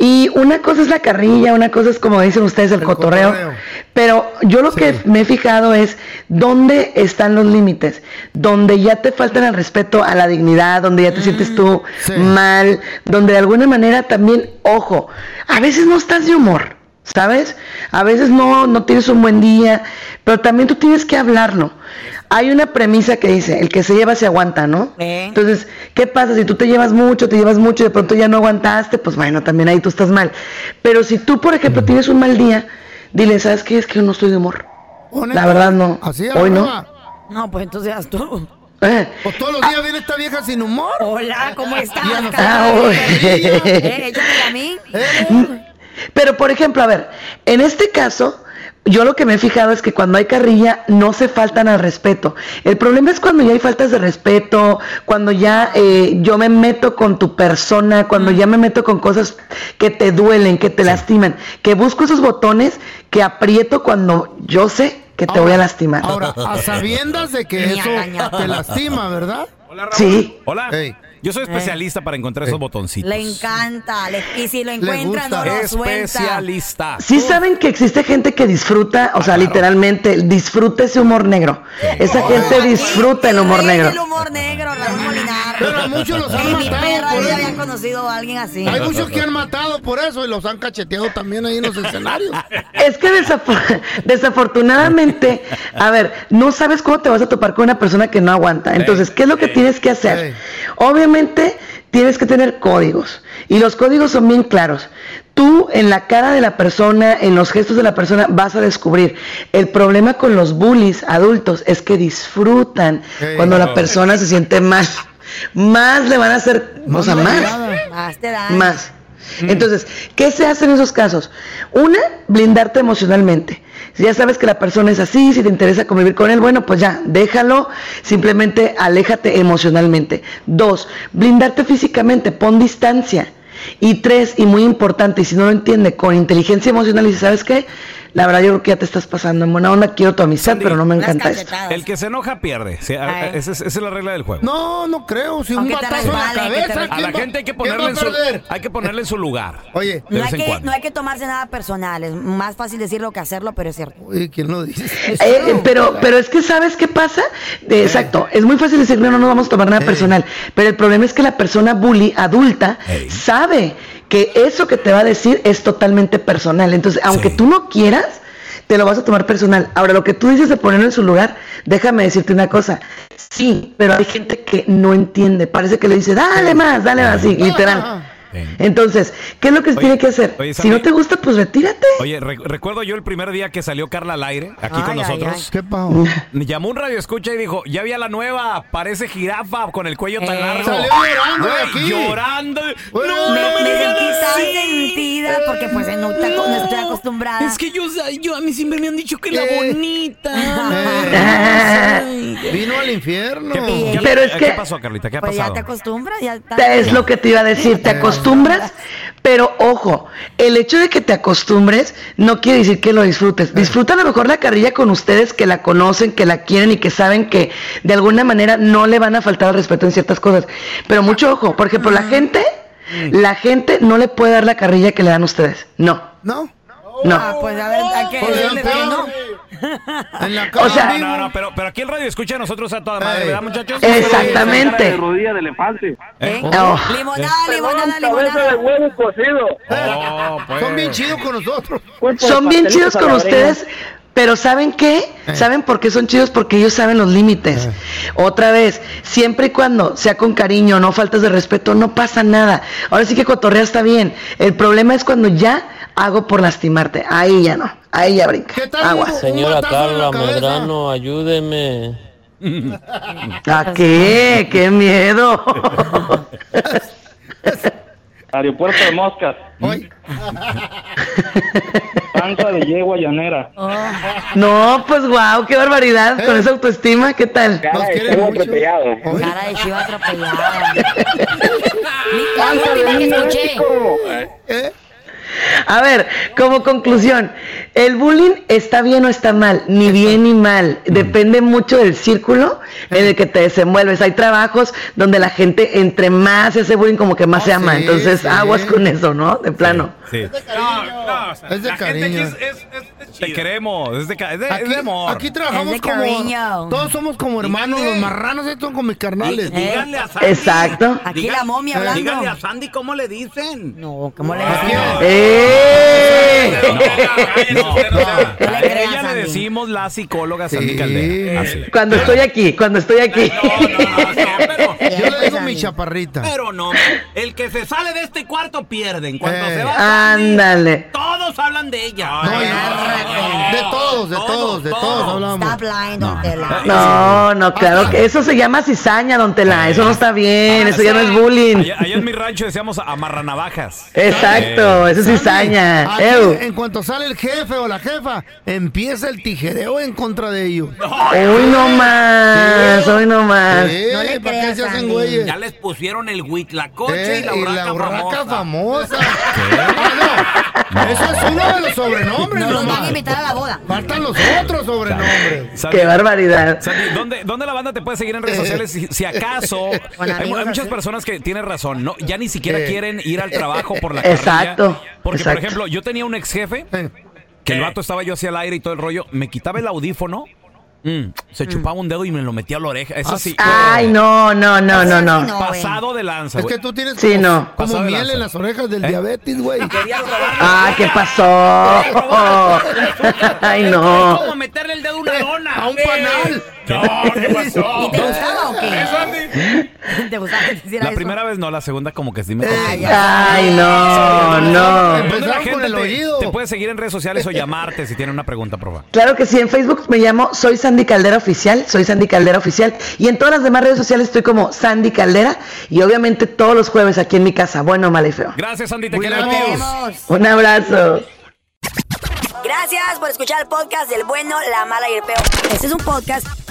Speaker 13: Y una cosa es la carrilla, una cosa es como dicen ustedes el, cotorreo,
Speaker 14: cotorreo.
Speaker 13: pero yo lo que me he fijado es dónde están los límites, donde ya te faltan el respeto a la dignidad, donde ya te sientes tú mal, donde de alguna manera también, ojo, a veces no estás de humor, ¿sabes? A veces no, no tienes un buen día, pero también tú tienes que hablarlo. Hay una premisa que dice, el que se lleva se aguanta, ¿no? Entonces, ¿qué pasa si tú te llevas mucho, te llevas mucho y de pronto ya no aguantaste? Pues bueno, también ahí tú estás mal. Pero si tú, por ejemplo, tienes un mal día, dile, ¿sabes qué? Es que yo no estoy de humor. La verdad no.
Speaker 4: Así es,
Speaker 13: Hoy no.
Speaker 4: brava.
Speaker 3: No, pues entonces haz tú.
Speaker 13: Eh,
Speaker 4: Pues todos los días viene esta vieja sin humor.
Speaker 3: Hola, ¿cómo estás?
Speaker 4: Ya no
Speaker 13: Ah,
Speaker 4: sabe.
Speaker 13: oye.
Speaker 3: Eh, échamela a mí.
Speaker 13: Pero, por ejemplo, a ver, en este caso, yo lo que me he fijado es que cuando hay carrilla no se faltan al respeto. El problema es cuando ya hay faltas de respeto, cuando ya eh, yo me meto con tu persona,
Speaker 4: Mm.
Speaker 13: cuando ya me meto con cosas que te duelen, que te lastiman, que busco esos botones que aprieto cuando yo sé que te voy a lastimar.
Speaker 4: Ahora, a sabiendas de que
Speaker 3: Ni
Speaker 4: eso
Speaker 3: agañado.
Speaker 4: te lastima, ¿verdad?
Speaker 13: Sí.
Speaker 1: Hola. Yo
Speaker 4: Eh.
Speaker 1: soy especialista para encontrar esos botoncitos.
Speaker 3: Le encanta. le- y si lo encuentra, no lo suelta.
Speaker 1: Especialista.
Speaker 13: Sí saben que existe gente que disfruta,
Speaker 4: Ah,
Speaker 13: o sea, literalmente disfruta ese humor negro. Esa gente disfruta el humor negro.
Speaker 3: El humor negro, Raúl Molinar.
Speaker 4: Pero a muchos los han
Speaker 3: En mi
Speaker 4: matado
Speaker 3: perra
Speaker 4: por
Speaker 3: vida
Speaker 4: eso.
Speaker 3: había conocido a alguien así.
Speaker 4: Hay muchos que han matado por eso y los han cacheteado también ahí en los escenarios.
Speaker 13: Es que desaf- desafortunadamente, a ver, no sabes cómo te vas a topar con una persona que no aguanta. Entonces, ¿qué es lo que tienes que hacer? Obviamente, tienes que tener códigos. Y los códigos son bien claros. Tú en la cara de la persona, en los gestos de la persona, vas a descubrir. El problema con los bullies adultos es que disfrutan
Speaker 3: Ey,
Speaker 13: cuando
Speaker 3: no.
Speaker 13: la persona se siente más. Más le van a hacer, o sea, más.
Speaker 3: Más te da.
Speaker 13: Más. Entonces, ¿qué se hace en esos casos? Una, blindarte emocionalmente. Si ya sabes que la persona es así, si te interesa convivir con él, bueno, pues ya, déjalo, simplemente aléjate emocionalmente. Dos, blindarte físicamente, pon distancia. Y tres, y muy importante, y si no lo entiende, con inteligencia emocional, y si sabes qué, la verdad yo creo que ya te estás pasando en buena onda, quiero tu amistad, pero no me encanta esto.
Speaker 1: El que se enoja pierde. Sí, a-
Speaker 4: Ay.
Speaker 1: esa, es, esa es la regla del juego.
Speaker 4: No, no creo. Si un
Speaker 3: Aunque te
Speaker 4: batazo en la
Speaker 3: resbale, que te
Speaker 4: cabeza,
Speaker 3: resbale.
Speaker 1: A
Speaker 4: ¿quién
Speaker 1: la
Speaker 4: va-
Speaker 1: gente hay que
Speaker 4: quién va a
Speaker 1: ponerle en su,
Speaker 4: perder?
Speaker 1: hay que ponerle en su lugar.
Speaker 4: Oye,
Speaker 1: de
Speaker 3: No hay,
Speaker 1: vez en
Speaker 3: que,
Speaker 1: cuando.
Speaker 3: no hay que tomarse nada personal. Es más fácil decirlo que hacerlo, pero es cierto.
Speaker 4: Oye, ¿quién lo dice?
Speaker 13: Eh, eh, pero, pero es que sabes qué pasa, De- exacto, es muy fácil decir no, no, no vamos a tomar nada personal, pero el problema es que la persona bully adulta sabe que eso que te va a decir es totalmente personal, entonces aunque tú no quieras, te lo vas a tomar personal. Ahora, lo que tú dices de ponerlo en su lugar, déjame decirte una cosa, sí, pero hay gente que no entiende, parece que le dice, dale más, dale más, sí, literal. Entonces, ¿qué es lo que se tiene que hacer?
Speaker 1: oye,
Speaker 13: si no
Speaker 1: Sammy.
Speaker 13: te gusta, pues retírate.
Speaker 1: Oye, re- recuerdo yo el primer día que salió Carla al aire, aquí con
Speaker 13: Ay, ay,
Speaker 1: nosotros.
Speaker 4: ¿Qué pasó?
Speaker 1: Me Llamó un radio escucha y dijo, ya vi a la nueva, parece jirafa con el cuello tan
Speaker 4: Eh.
Speaker 1: largo.
Speaker 4: Salió llorando de
Speaker 1: Güey,
Speaker 4: aquí.
Speaker 1: Llorando.
Speaker 3: Me,
Speaker 1: No,
Speaker 3: me sentí
Speaker 1: digas
Speaker 3: tan
Speaker 1: así.
Speaker 3: sentida porque pues no, está- no estoy acostumbrada.
Speaker 12: Es que yo, yo a mí siempre me han dicho que la
Speaker 3: Eh.
Speaker 12: bonita.
Speaker 4: Eh. Vino al infierno.
Speaker 1: ¿Qué,
Speaker 13: Sí.
Speaker 1: qué-
Speaker 13: Pero es
Speaker 1: qué
Speaker 13: que-
Speaker 1: pasó, Carlita? ¿Qué ha
Speaker 3: Pues ya
Speaker 1: pasado?
Speaker 3: te acostumbras. Ya está-
Speaker 13: Es lo que te iba a decir, te acostumbras, pero ojo, el hecho de que te acostumbres no quiere decir que lo disfrutes. Disfruta a lo mejor la carrilla con ustedes que la conocen, que la quieren y que saben que de alguna manera no le van a faltar al respeto en ciertas cosas. Pero mucho ojo, por ejemplo, la gente La gente no le puede dar la carrilla que le dan ustedes. No.
Speaker 4: ¿No?
Speaker 13: No.
Speaker 3: Ah, pues a ver, ¿a qué? ¿Dónde te- no?
Speaker 13: O
Speaker 1: no,
Speaker 13: sea-
Speaker 1: no, no, pero, pero aquí el radio escucha a nosotros a toda madre, ¿verdad, muchachos?
Speaker 13: Exactamente.
Speaker 9: De rodilla de elefante.
Speaker 1: ¿Eh?
Speaker 13: Oh.
Speaker 3: Limonada, limonada, limonada.
Speaker 9: de huevo cocido.
Speaker 1: Oh,
Speaker 4: Son
Speaker 1: pues.
Speaker 4: bien chidos con nosotros.
Speaker 5: Pues,
Speaker 13: Son bien chidos con ustedes, pero ¿saben qué? ¿Saben por qué son chidos? Porque ellos saben los límites. Otra vez, siempre y cuando sea con cariño, no faltas de respeto, no pasa nada. Ahora sí que cotorrea está bien. El problema es cuando ya hago por lastimarte. Ahí ya no. Ahí ya brinca. Agua.
Speaker 11: Señora Carla Medrano, ayúdeme.
Speaker 13: ¿A qué? ¡Qué miedo!
Speaker 5: Aeropuerto de Moscas. Panza de yegua llanera.
Speaker 3: Oh.
Speaker 13: No, pues wow, qué barbaridad. Con esa autoestima, ¿qué tal?
Speaker 3: Cara de chivo atropellada. La
Speaker 13: Ándale,
Speaker 3: última que escuché.
Speaker 13: A ver, como conclusión, el bullying está bien o está mal, ni bien ni mal, depende mucho del círculo en el que te desenvuelves. Hay trabajos donde la gente entre más ese bullying como que más se ama,
Speaker 4: sí,
Speaker 13: entonces
Speaker 4: sí.
Speaker 13: aguas con eso, ¿no? De plano.
Speaker 4: Es de cariño.
Speaker 1: Te queremos, es de, ca- es de- es
Speaker 4: Aquí,
Speaker 1: de amor.
Speaker 4: aquí trabajamos como. Todos somos como hermanos, los marranos estos son como mis carnales.
Speaker 1: Díganle a Sandy. Aquí la momia hablando. Díganle a Sandy cómo le dicen.
Speaker 3: No, ¿cómo le
Speaker 13: ¡Eh!
Speaker 1: A ella le decimos la psicóloga Sandy
Speaker 13: Ah,
Speaker 1: Caldera. Así.
Speaker 13: Eh, Cuando estoy aquí, cuando estoy aquí.
Speaker 4: Yo le digo mi chaparrita.
Speaker 1: Pero no, el que se sale de este cuarto pierde. En cuanto
Speaker 4: Eh.
Speaker 1: se va,
Speaker 13: Ándale.
Speaker 1: todos hablan de ella.
Speaker 4: De todos, de todos, de todos hablamos.
Speaker 3: Stop lying, don Tela.
Speaker 13: No, no, claro que eso se llama cizaña, don Tela, eso no está bien, eso ya no es bullying.
Speaker 1: Allá, allá en mi rancho decíamos amarranavajas.
Speaker 13: Exacto,
Speaker 1: Eh,
Speaker 13: eso es cizaña.
Speaker 4: Aquí,
Speaker 13: Ew.
Speaker 4: en cuanto sale el jefe o la jefa, empieza el tijereo en contra de ellos.
Speaker 13: Hoy no más, hoy no más.
Speaker 4: Sí, ¿para Eh, qué se hacen güeyes?
Speaker 1: Ya les pusieron el huitlacoche
Speaker 4: Eh,
Speaker 1: y la urraca
Speaker 4: urraca
Speaker 1: famosa.
Speaker 4: famosa. Ah, no. Eso es uno de los sobrenombres,
Speaker 3: No nos
Speaker 4: nomás.
Speaker 3: van a invitar a la boda.
Speaker 4: Faltan los otros sobrenombres.
Speaker 1: Sandy,
Speaker 13: Qué barbaridad.
Speaker 1: Sandy, ¿dónde, ¿dónde la banda te puede seguir en redes sociales? Si, si acaso, hay, hay
Speaker 3: amigos,
Speaker 1: muchas
Speaker 3: así.
Speaker 1: personas que tienen razón, no, ya ni siquiera quieren ir al trabajo por la
Speaker 13: Exacto,
Speaker 1: carrilla. Porque, por
Speaker 13: exacto.
Speaker 1: ejemplo, yo tenía un ex jefe que el vato estaba yo hacia el aire y todo el rollo, me quitaba el audífono, mm, se chupaba un dedo y me lo metía a la oreja. Eso Ah, sí.
Speaker 3: Ah.
Speaker 13: Ay, no, no, no, no, no.
Speaker 1: Pasado de lanza.
Speaker 4: Es
Speaker 1: güey.
Speaker 4: que tú tienes
Speaker 13: Sí,
Speaker 4: como,
Speaker 13: no.
Speaker 4: como
Speaker 1: Pasado de
Speaker 4: miel
Speaker 1: lanza.
Speaker 4: en las orejas del diabetes, güey.
Speaker 13: Ah, ¿qué pasó? Ay, no.
Speaker 1: como meterle el dedo a una dona.
Speaker 4: A un panal.
Speaker 3: ¿Y te
Speaker 1: ¿Eh?
Speaker 3: gustaba o qué? ¿Te gustaba que te hiciera
Speaker 1: La
Speaker 3: eso?
Speaker 1: primera vez no, la segunda como que sí me...
Speaker 3: Ay,
Speaker 13: Ay, no, no.
Speaker 1: ¿Dónde la
Speaker 4: Empezaron Eh, con
Speaker 1: gente
Speaker 4: el
Speaker 1: te,
Speaker 4: oído.
Speaker 1: te puede seguir en redes sociales o llamarte si tienen una pregunta, por favor?
Speaker 13: Claro que sí, en Facebook me llamo Soy Sandy Caldera Oficial, soy Sandy Caldera Oficial, y en todas las demás redes sociales estoy como Sandy Caldera, y obviamente todos los jueves aquí en mi casa, bueno, mal y feo.
Speaker 1: Gracias, Andy, te
Speaker 4: Muy
Speaker 1: queremos.
Speaker 4: bien.
Speaker 3: Vemos.
Speaker 13: Un abrazo.
Speaker 3: Gracias por escuchar el podcast del bueno, la mala y el peo. Este es un podcast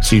Speaker 7: Si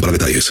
Speaker 15: para detalles.